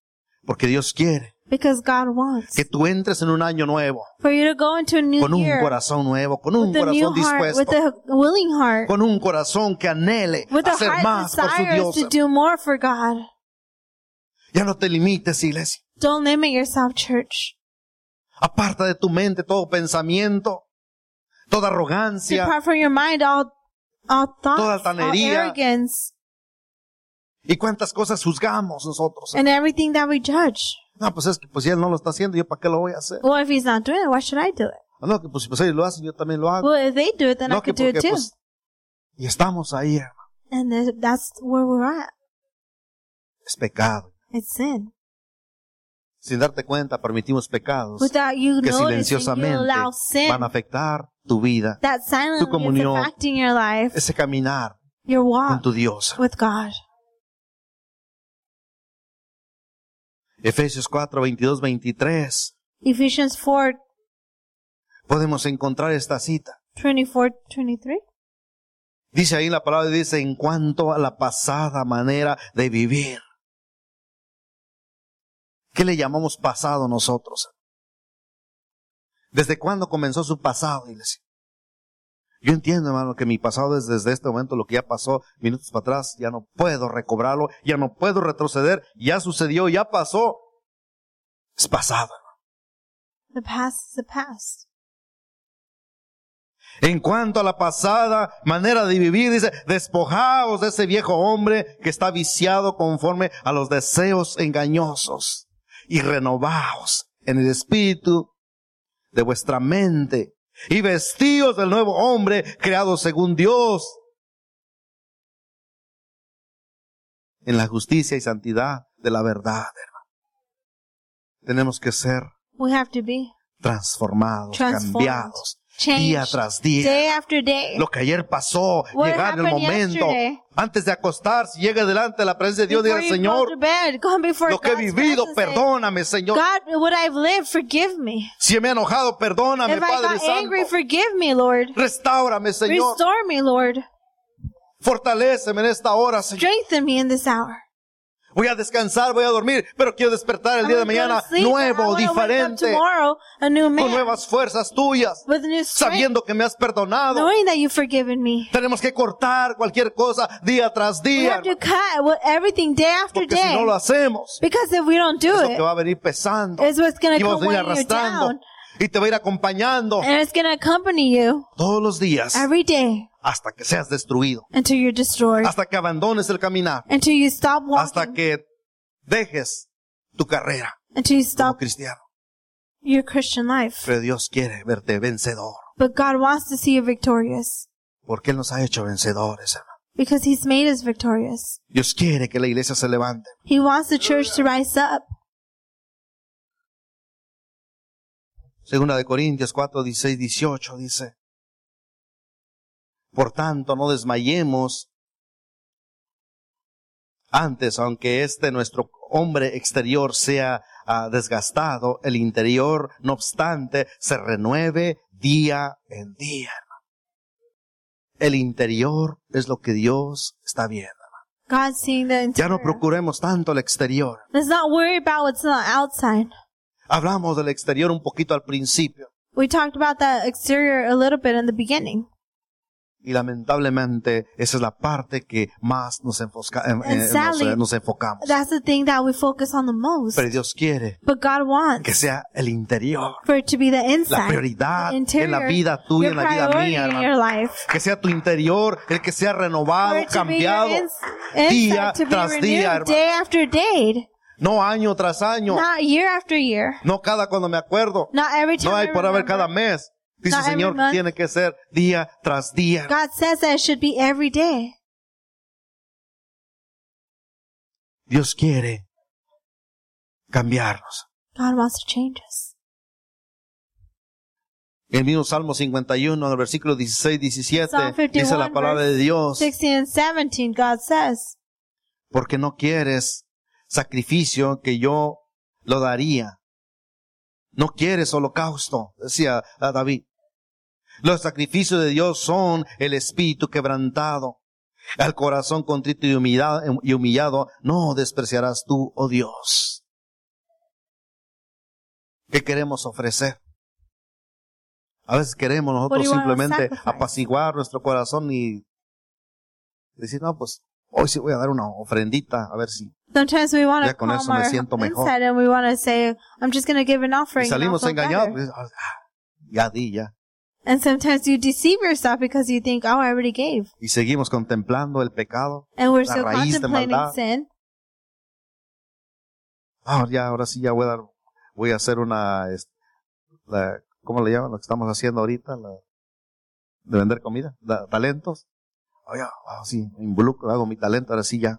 [SPEAKER 1] Porque Dios quiere
[SPEAKER 2] Because God wants
[SPEAKER 1] que tú entres en un año nuevo,
[SPEAKER 2] for you to go into a new
[SPEAKER 1] con un
[SPEAKER 2] year
[SPEAKER 1] corazón nuevo, con un
[SPEAKER 2] with a new
[SPEAKER 1] corazón
[SPEAKER 2] heart, with
[SPEAKER 1] dispuesto,
[SPEAKER 2] a willing heart.
[SPEAKER 1] con un corazón que anhele
[SPEAKER 2] with a
[SPEAKER 1] hacer
[SPEAKER 2] heart
[SPEAKER 1] más por su
[SPEAKER 2] desires
[SPEAKER 1] Dios.
[SPEAKER 2] to do more for God.
[SPEAKER 1] Ya no te limites, iglesia.
[SPEAKER 2] Don't limit yourself, church.
[SPEAKER 1] Aparta de tu mente todo pensamiento, toda arrogancia
[SPEAKER 2] Depart from your mind all, all thoughts,
[SPEAKER 1] Toda
[SPEAKER 2] all
[SPEAKER 1] altanería.
[SPEAKER 2] arrogance,
[SPEAKER 1] y cuántas cosas juzgamos nosotros.
[SPEAKER 2] and everything that we judge.
[SPEAKER 1] No, pues es que pues si él no lo está haciendo, ¿yo para qué lo voy a hacer?
[SPEAKER 2] Well, if he's not doing it, why should I do it?
[SPEAKER 1] Ah, No, que pues si pues, ellos lo hacen, yo también lo hago.
[SPEAKER 2] Well, if they do it, then I
[SPEAKER 1] Ah, No, que
[SPEAKER 2] could do
[SPEAKER 1] porque
[SPEAKER 2] it too.
[SPEAKER 1] pues... Y estamos ahí, hermano.
[SPEAKER 2] And th- that's where we're at.
[SPEAKER 1] Es pecado.
[SPEAKER 2] It's sin.
[SPEAKER 1] Sin darte cuenta, permitimos pecados
[SPEAKER 2] without you
[SPEAKER 1] que
[SPEAKER 2] noticing, you
[SPEAKER 1] silenciosamente
[SPEAKER 2] allow sin
[SPEAKER 1] van a afectar tu vida,
[SPEAKER 2] that silently is
[SPEAKER 1] comunión.
[SPEAKER 2] affecting your life,
[SPEAKER 1] ese caminar
[SPEAKER 2] your
[SPEAKER 1] con
[SPEAKER 2] walk
[SPEAKER 1] tu Dios.
[SPEAKER 2] with God.
[SPEAKER 1] Efesios 4, 22, 23.
[SPEAKER 2] Ephesians 4,
[SPEAKER 1] Podemos encontrar esta cita.
[SPEAKER 2] 24, 23.
[SPEAKER 1] Dice ahí la palabra, dice, en cuanto a la pasada manera de vivir. ¿Qué le llamamos pasado nosotros? ¿Desde cuándo comenzó su pasado, iglesia? Yo entiendo, hermano, que mi pasado es desde este momento, lo que ya pasó minutos para atrás, ya no puedo recobrarlo, ya no puedo retroceder, ya sucedió, ya pasó. Es pasado.
[SPEAKER 2] The past is the past.
[SPEAKER 1] En cuanto a la pasada manera de vivir, dice, despojaos de ese viejo hombre que está viciado conforme a los deseos engañosos y renovaos en el espíritu de vuestra mente y vestíos del nuevo hombre creado según Dios en la justicia y santidad de la verdad, hermano. Tenemos que ser
[SPEAKER 2] We have to be
[SPEAKER 1] transformados,
[SPEAKER 2] Transformed.
[SPEAKER 1] cambiados, día
[SPEAKER 2] changed
[SPEAKER 1] tras día
[SPEAKER 2] day after day.
[SPEAKER 1] lo que ayer pasó,
[SPEAKER 2] What
[SPEAKER 1] llegar el
[SPEAKER 2] happened
[SPEAKER 1] momento,
[SPEAKER 2] yesterday?
[SPEAKER 1] antes de acostarse, llegue delante de la presencia de Dios, diga,
[SPEAKER 2] Before you go to
[SPEAKER 1] Señor,
[SPEAKER 2] bed, go before
[SPEAKER 1] lo que he
[SPEAKER 2] God's
[SPEAKER 1] vivido,
[SPEAKER 2] presence, say,
[SPEAKER 1] perdóname, Señor.
[SPEAKER 2] God, what I've lived, forgive me.
[SPEAKER 1] Si me he enojado, perdóname,
[SPEAKER 2] If I
[SPEAKER 1] Padre
[SPEAKER 2] got angry,
[SPEAKER 1] Santo.
[SPEAKER 2] forgive me, Lord.
[SPEAKER 1] Restáurame, Señor.
[SPEAKER 2] Restore me, Lord.
[SPEAKER 1] Fortaléceme en esta hora, Señor.
[SPEAKER 2] Strengthen me in this hour.
[SPEAKER 1] Voy a descansar, voy a dormir, pero quiero despertar el
[SPEAKER 2] I'm
[SPEAKER 1] día de
[SPEAKER 2] gonna go to
[SPEAKER 1] mañana
[SPEAKER 2] sleep, and I
[SPEAKER 1] nuevo,
[SPEAKER 2] wanna wake up
[SPEAKER 1] diferente,
[SPEAKER 2] Tomorrow, a new
[SPEAKER 1] con
[SPEAKER 2] man
[SPEAKER 1] nuevas fuerzas tuyas,
[SPEAKER 2] with new strength,
[SPEAKER 1] sabiendo que me has perdonado.
[SPEAKER 2] knowing that you've forgiven me.
[SPEAKER 1] Tenemos que cortar cualquier cosa día tras
[SPEAKER 2] We
[SPEAKER 1] día,
[SPEAKER 2] have to cut what- everything day after
[SPEAKER 1] porque si
[SPEAKER 2] day
[SPEAKER 1] no lo hacemos,
[SPEAKER 2] because if we don't do
[SPEAKER 1] es lo que
[SPEAKER 2] it,
[SPEAKER 1] va a venir pesando.
[SPEAKER 2] it's what's going
[SPEAKER 1] y
[SPEAKER 2] to
[SPEAKER 1] vas
[SPEAKER 2] come
[SPEAKER 1] a ir
[SPEAKER 2] weighing you
[SPEAKER 1] arrastrando
[SPEAKER 2] down
[SPEAKER 1] y te va a ir acompañando
[SPEAKER 2] and it's going to accompany you
[SPEAKER 1] todos los días
[SPEAKER 2] Eh. every day
[SPEAKER 1] hasta que seas destruido,
[SPEAKER 2] until you're destroyed,
[SPEAKER 1] hasta que abandones el caminar,
[SPEAKER 2] until you stop
[SPEAKER 1] hasta
[SPEAKER 2] walking,
[SPEAKER 1] que dejes tu carrera
[SPEAKER 2] until you
[SPEAKER 1] como
[SPEAKER 2] stop
[SPEAKER 1] cristiano.
[SPEAKER 2] your Christian life.
[SPEAKER 1] Pero Dios quiere verte vencedor,
[SPEAKER 2] But God wants to see you victorious
[SPEAKER 1] porque Él nos ha hecho vencedores. hermano.
[SPEAKER 2] because He's made us victorious.
[SPEAKER 1] Dios quiere que la iglesia se levante.
[SPEAKER 2] He wants the church to rise up.
[SPEAKER 1] Segunda de Corintios 4, 16, 18 dice, Por tanto, no desmayemos. Antes, aunque este nuestro hombre exterior sea ah, desgastado, el interior, no obstante, se renueve día en día. El interior es lo que Dios está viendo.
[SPEAKER 2] God seeing the
[SPEAKER 1] Ya
[SPEAKER 2] interior.
[SPEAKER 1] no procuremos tanto el exterior.
[SPEAKER 2] Let's not worry about what's on the outside.
[SPEAKER 1] Hablamos del exterior un poquito al principio.
[SPEAKER 2] We talked about that exterior a little bit in the beginning.
[SPEAKER 1] Y lamentablemente esa es la parte que más nos, enfosca- en- en-
[SPEAKER 2] And
[SPEAKER 1] nos- eh,
[SPEAKER 2] sadly,
[SPEAKER 1] nos, enfocamos.
[SPEAKER 2] That's the thing that we focus on the most.
[SPEAKER 1] Pero Dios quiere
[SPEAKER 2] But God
[SPEAKER 1] que
[SPEAKER 2] wants
[SPEAKER 1] sea el interior,
[SPEAKER 2] for it to be the
[SPEAKER 1] la
[SPEAKER 2] inside,
[SPEAKER 1] prioridad
[SPEAKER 2] the interior,
[SPEAKER 1] en la vida tuya,
[SPEAKER 2] your
[SPEAKER 1] en la vida
[SPEAKER 2] priority
[SPEAKER 1] mía,
[SPEAKER 2] in
[SPEAKER 1] hermano.
[SPEAKER 2] your life.
[SPEAKER 1] Que sea tu interior el que sea
[SPEAKER 2] For
[SPEAKER 1] renovado,
[SPEAKER 2] it to be your
[SPEAKER 1] cambiado,
[SPEAKER 2] ins- inside
[SPEAKER 1] día
[SPEAKER 2] to be
[SPEAKER 1] tras
[SPEAKER 2] renewed
[SPEAKER 1] día, hermano.
[SPEAKER 2] day after day,
[SPEAKER 1] No año tras año,
[SPEAKER 2] not year after year,
[SPEAKER 1] no cada cuando me acuerdo,
[SPEAKER 2] not every time.
[SPEAKER 1] no hay
[SPEAKER 2] I
[SPEAKER 1] por haber
[SPEAKER 2] remember.
[SPEAKER 1] cada mes. Dice el
[SPEAKER 2] Not every
[SPEAKER 1] Señor que
[SPEAKER 2] month.
[SPEAKER 1] tiene que ser día tras día.
[SPEAKER 2] God says that it should be every day.
[SPEAKER 1] Dios quiere cambiarnos.
[SPEAKER 2] God wants to change us.
[SPEAKER 1] El mismo Salmo 51, en el versículo 16, 17,
[SPEAKER 2] Psalm 51,
[SPEAKER 1] dice la palabra de Dios,
[SPEAKER 2] 16 and 17, God says,
[SPEAKER 1] porque no quieres sacrificio que yo lo daría. No quieres holocausto, decía a David. Los sacrificios de Dios son el espíritu quebrantado. Al corazón contrito y humillado, y humillado no despreciarás tú, oh Dios. ¿Qué queremos ofrecer? A veces queremos
[SPEAKER 2] What do
[SPEAKER 1] nosotros
[SPEAKER 2] you wanna
[SPEAKER 1] simplemente
[SPEAKER 2] sacrifice?
[SPEAKER 1] apaciguar nuestro corazón y decir, no, pues hoy sí voy a dar una ofrendita, a ver si.
[SPEAKER 2] sometimes we want
[SPEAKER 1] Ya
[SPEAKER 2] to
[SPEAKER 1] con
[SPEAKER 2] calm
[SPEAKER 1] eso me
[SPEAKER 2] our
[SPEAKER 1] siento mejor.
[SPEAKER 2] inside and we want to say, I'm just going to give an
[SPEAKER 1] Y
[SPEAKER 2] offering. and I'll
[SPEAKER 1] salimos
[SPEAKER 2] feel
[SPEAKER 1] engañados, pues,
[SPEAKER 2] better.
[SPEAKER 1] ah, ya di, ya.
[SPEAKER 2] And sometimes you deceive yourself because you think, oh, I already gave.
[SPEAKER 1] Y seguimos contemplando el pecado.
[SPEAKER 2] And we're
[SPEAKER 1] La
[SPEAKER 2] still
[SPEAKER 1] raíz de
[SPEAKER 2] contemplating
[SPEAKER 1] maldad.
[SPEAKER 2] sin.
[SPEAKER 1] Ah, ya, ahora sí, ya voy a dar, voy a hacer una, es- la- ¿cómo le llaman? Lo que estamos haciendo ahorita, la- de vender comida, da- talentos. Ah, ya, ah, sí, me involucro, hago mi talento, ahora sí ya.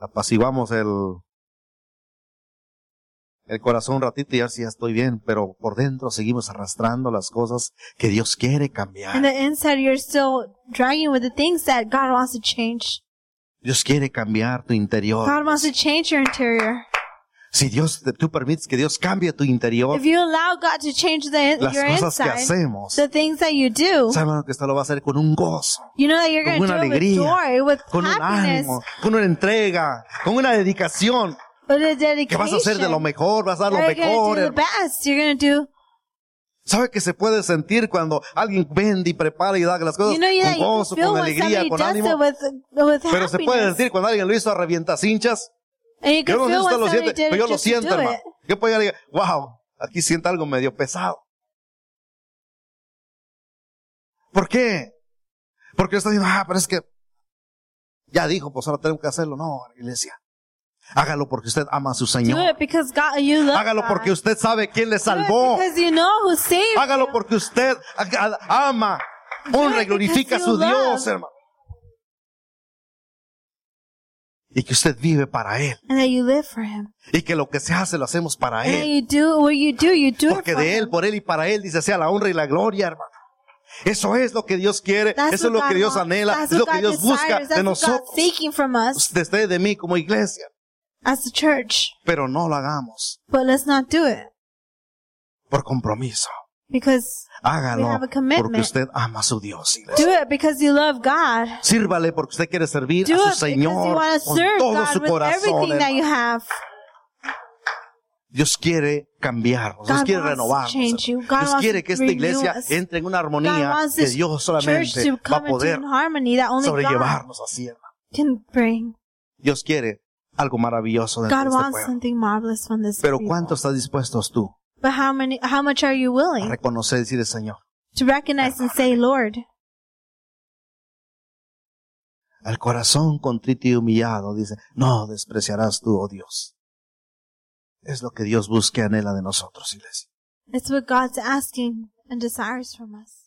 [SPEAKER 1] Apaciguamos el, el corazón un ratito y ya sí, ya estoy bien, pero por dentro seguimos arrastrando las cosas que Dios quiere
[SPEAKER 2] And
[SPEAKER 1] cambiar.
[SPEAKER 2] the inside, you're still dragging with the things that God wants to change.
[SPEAKER 1] Dios quiere cambiar tu
[SPEAKER 2] God
[SPEAKER 1] interior.
[SPEAKER 2] wants to change your interior.
[SPEAKER 1] Si Dios, te- tú permites que Dios cambie tu interior,
[SPEAKER 2] If you allow God to change the,
[SPEAKER 1] las
[SPEAKER 2] your
[SPEAKER 1] cosas que
[SPEAKER 2] inside,
[SPEAKER 1] hacemos,
[SPEAKER 2] the things that you do,
[SPEAKER 1] sabe hermano, que esto lo va a hacer con un gozo,
[SPEAKER 2] you know that you're
[SPEAKER 1] con
[SPEAKER 2] going to
[SPEAKER 1] una
[SPEAKER 2] do it with joy,
[SPEAKER 1] alegría,
[SPEAKER 2] with
[SPEAKER 1] con un
[SPEAKER 2] happiness,
[SPEAKER 1] ánimo, con una entrega, con una dedicación,
[SPEAKER 2] with a
[SPEAKER 1] que
[SPEAKER 2] dedication.
[SPEAKER 1] vas a hacer de lo mejor, vas a dar lo
[SPEAKER 2] You're going
[SPEAKER 1] mejor.
[SPEAKER 2] to do the
[SPEAKER 1] hermano.
[SPEAKER 2] best. You're going to do
[SPEAKER 1] ¿Sabe que se puede sentir cuando alguien vende y prepara y da las cosas
[SPEAKER 2] You know that
[SPEAKER 1] con
[SPEAKER 2] you can
[SPEAKER 1] gozo,
[SPEAKER 2] feel
[SPEAKER 1] con
[SPEAKER 2] when
[SPEAKER 1] alegría,
[SPEAKER 2] somebody
[SPEAKER 1] con
[SPEAKER 2] does
[SPEAKER 1] ánimo?
[SPEAKER 2] it with, with
[SPEAKER 1] Pero se puede
[SPEAKER 2] happiness.
[SPEAKER 1] sentir cuando alguien lo hizo a revientas hinchas.
[SPEAKER 2] and
[SPEAKER 1] Yo
[SPEAKER 2] you can
[SPEAKER 1] no sé si
[SPEAKER 2] feel
[SPEAKER 1] usted
[SPEAKER 2] when
[SPEAKER 1] lo
[SPEAKER 2] somebody
[SPEAKER 1] siente,
[SPEAKER 2] did
[SPEAKER 1] pero yo
[SPEAKER 2] it
[SPEAKER 1] lo
[SPEAKER 2] just to
[SPEAKER 1] siento,
[SPEAKER 2] do
[SPEAKER 1] hermano.
[SPEAKER 2] it.
[SPEAKER 1] Yo puedo llegar y digo, wow, aquí siento algo medio pesado. ¿Por qué? Porque yo estoy diciendo, ah, pero es que ya dijo, pues ahora tengo que hacerlo. No, iglesia. Hágalo porque usted ama a su
[SPEAKER 2] Do
[SPEAKER 1] Señor.
[SPEAKER 2] it because God, you love
[SPEAKER 1] Hágalo
[SPEAKER 2] God.
[SPEAKER 1] porque usted sabe quién le
[SPEAKER 2] Do it
[SPEAKER 1] salvó.
[SPEAKER 2] because you know who saved
[SPEAKER 1] Hágalo
[SPEAKER 2] you.
[SPEAKER 1] porque usted a- a- ama, honra y glorifica a su
[SPEAKER 2] because you love.
[SPEAKER 1] Dios, hermano. Y que usted vive para Él.
[SPEAKER 2] And that you live for Him.
[SPEAKER 1] Y que lo que se hace lo hacemos para
[SPEAKER 2] And that
[SPEAKER 1] Él.
[SPEAKER 2] you do what you do, you do it
[SPEAKER 1] Porque
[SPEAKER 2] for
[SPEAKER 1] de Él,
[SPEAKER 2] Him.
[SPEAKER 1] por Él y para Él, dice, sea la honra y la gloria, hermano. Eso es lo que Dios quiere,
[SPEAKER 2] That's
[SPEAKER 1] eso es
[SPEAKER 2] what
[SPEAKER 1] lo que
[SPEAKER 2] God
[SPEAKER 1] Dios
[SPEAKER 2] wants.
[SPEAKER 1] anhela,
[SPEAKER 2] That's
[SPEAKER 1] es lo
[SPEAKER 2] what
[SPEAKER 1] que
[SPEAKER 2] God
[SPEAKER 1] Dios busca
[SPEAKER 2] desires.
[SPEAKER 1] de
[SPEAKER 2] That's what God's
[SPEAKER 1] nosotros,
[SPEAKER 2] seeking from us
[SPEAKER 1] de usted, de mí como iglesia.
[SPEAKER 2] as the church.
[SPEAKER 1] Pero no lo hagamos
[SPEAKER 2] But let's not do it
[SPEAKER 1] por compromiso.
[SPEAKER 2] because We
[SPEAKER 1] Hágalo
[SPEAKER 2] have a commitment.
[SPEAKER 1] porque usted ama a su Dios, iglesia.
[SPEAKER 2] do it because you love God.
[SPEAKER 1] Sírvale porque usted quiere servir
[SPEAKER 2] Do
[SPEAKER 1] a
[SPEAKER 2] it
[SPEAKER 1] su
[SPEAKER 2] because you
[SPEAKER 1] Señor
[SPEAKER 2] want to
[SPEAKER 1] con
[SPEAKER 2] serve
[SPEAKER 1] todo
[SPEAKER 2] God
[SPEAKER 1] su
[SPEAKER 2] with
[SPEAKER 1] corazón.
[SPEAKER 2] everything that
[SPEAKER 1] hermano.
[SPEAKER 2] you have.
[SPEAKER 1] Dios quiere cambiarnos, Dios
[SPEAKER 2] God
[SPEAKER 1] quiere
[SPEAKER 2] wants to
[SPEAKER 1] renovarnos.
[SPEAKER 2] change you.
[SPEAKER 1] hermano.
[SPEAKER 2] God
[SPEAKER 1] Dios
[SPEAKER 2] wants
[SPEAKER 1] quiere
[SPEAKER 2] to
[SPEAKER 1] que esta
[SPEAKER 2] renew
[SPEAKER 1] iglesia
[SPEAKER 2] us.
[SPEAKER 1] entre en una
[SPEAKER 2] God
[SPEAKER 1] armonía
[SPEAKER 2] wants
[SPEAKER 1] que
[SPEAKER 2] this
[SPEAKER 1] Dios
[SPEAKER 2] church
[SPEAKER 1] solamente
[SPEAKER 2] to
[SPEAKER 1] va a
[SPEAKER 2] come into
[SPEAKER 1] poder
[SPEAKER 2] an harmony that only Oh God
[SPEAKER 1] sobrellevarnos así, hermano.
[SPEAKER 2] can bring.
[SPEAKER 1] Dios quiere algo maravilloso dentro
[SPEAKER 2] God
[SPEAKER 1] de este
[SPEAKER 2] wants
[SPEAKER 1] pueblo.
[SPEAKER 2] something marvelous from this
[SPEAKER 1] Pero
[SPEAKER 2] people.
[SPEAKER 1] ¿cuánto estás dispuestos tú
[SPEAKER 2] But how many, how much are you
[SPEAKER 1] a
[SPEAKER 2] willing
[SPEAKER 1] reconocer y decir, Señor,
[SPEAKER 2] to recognize and say, Lord,
[SPEAKER 1] al corazón contrito y humillado, dice, no despreciarás tú, oh Dios? Es lo que Dios busca y anhela de nosotros, iglesia.
[SPEAKER 2] it's what God's asking and desires from us.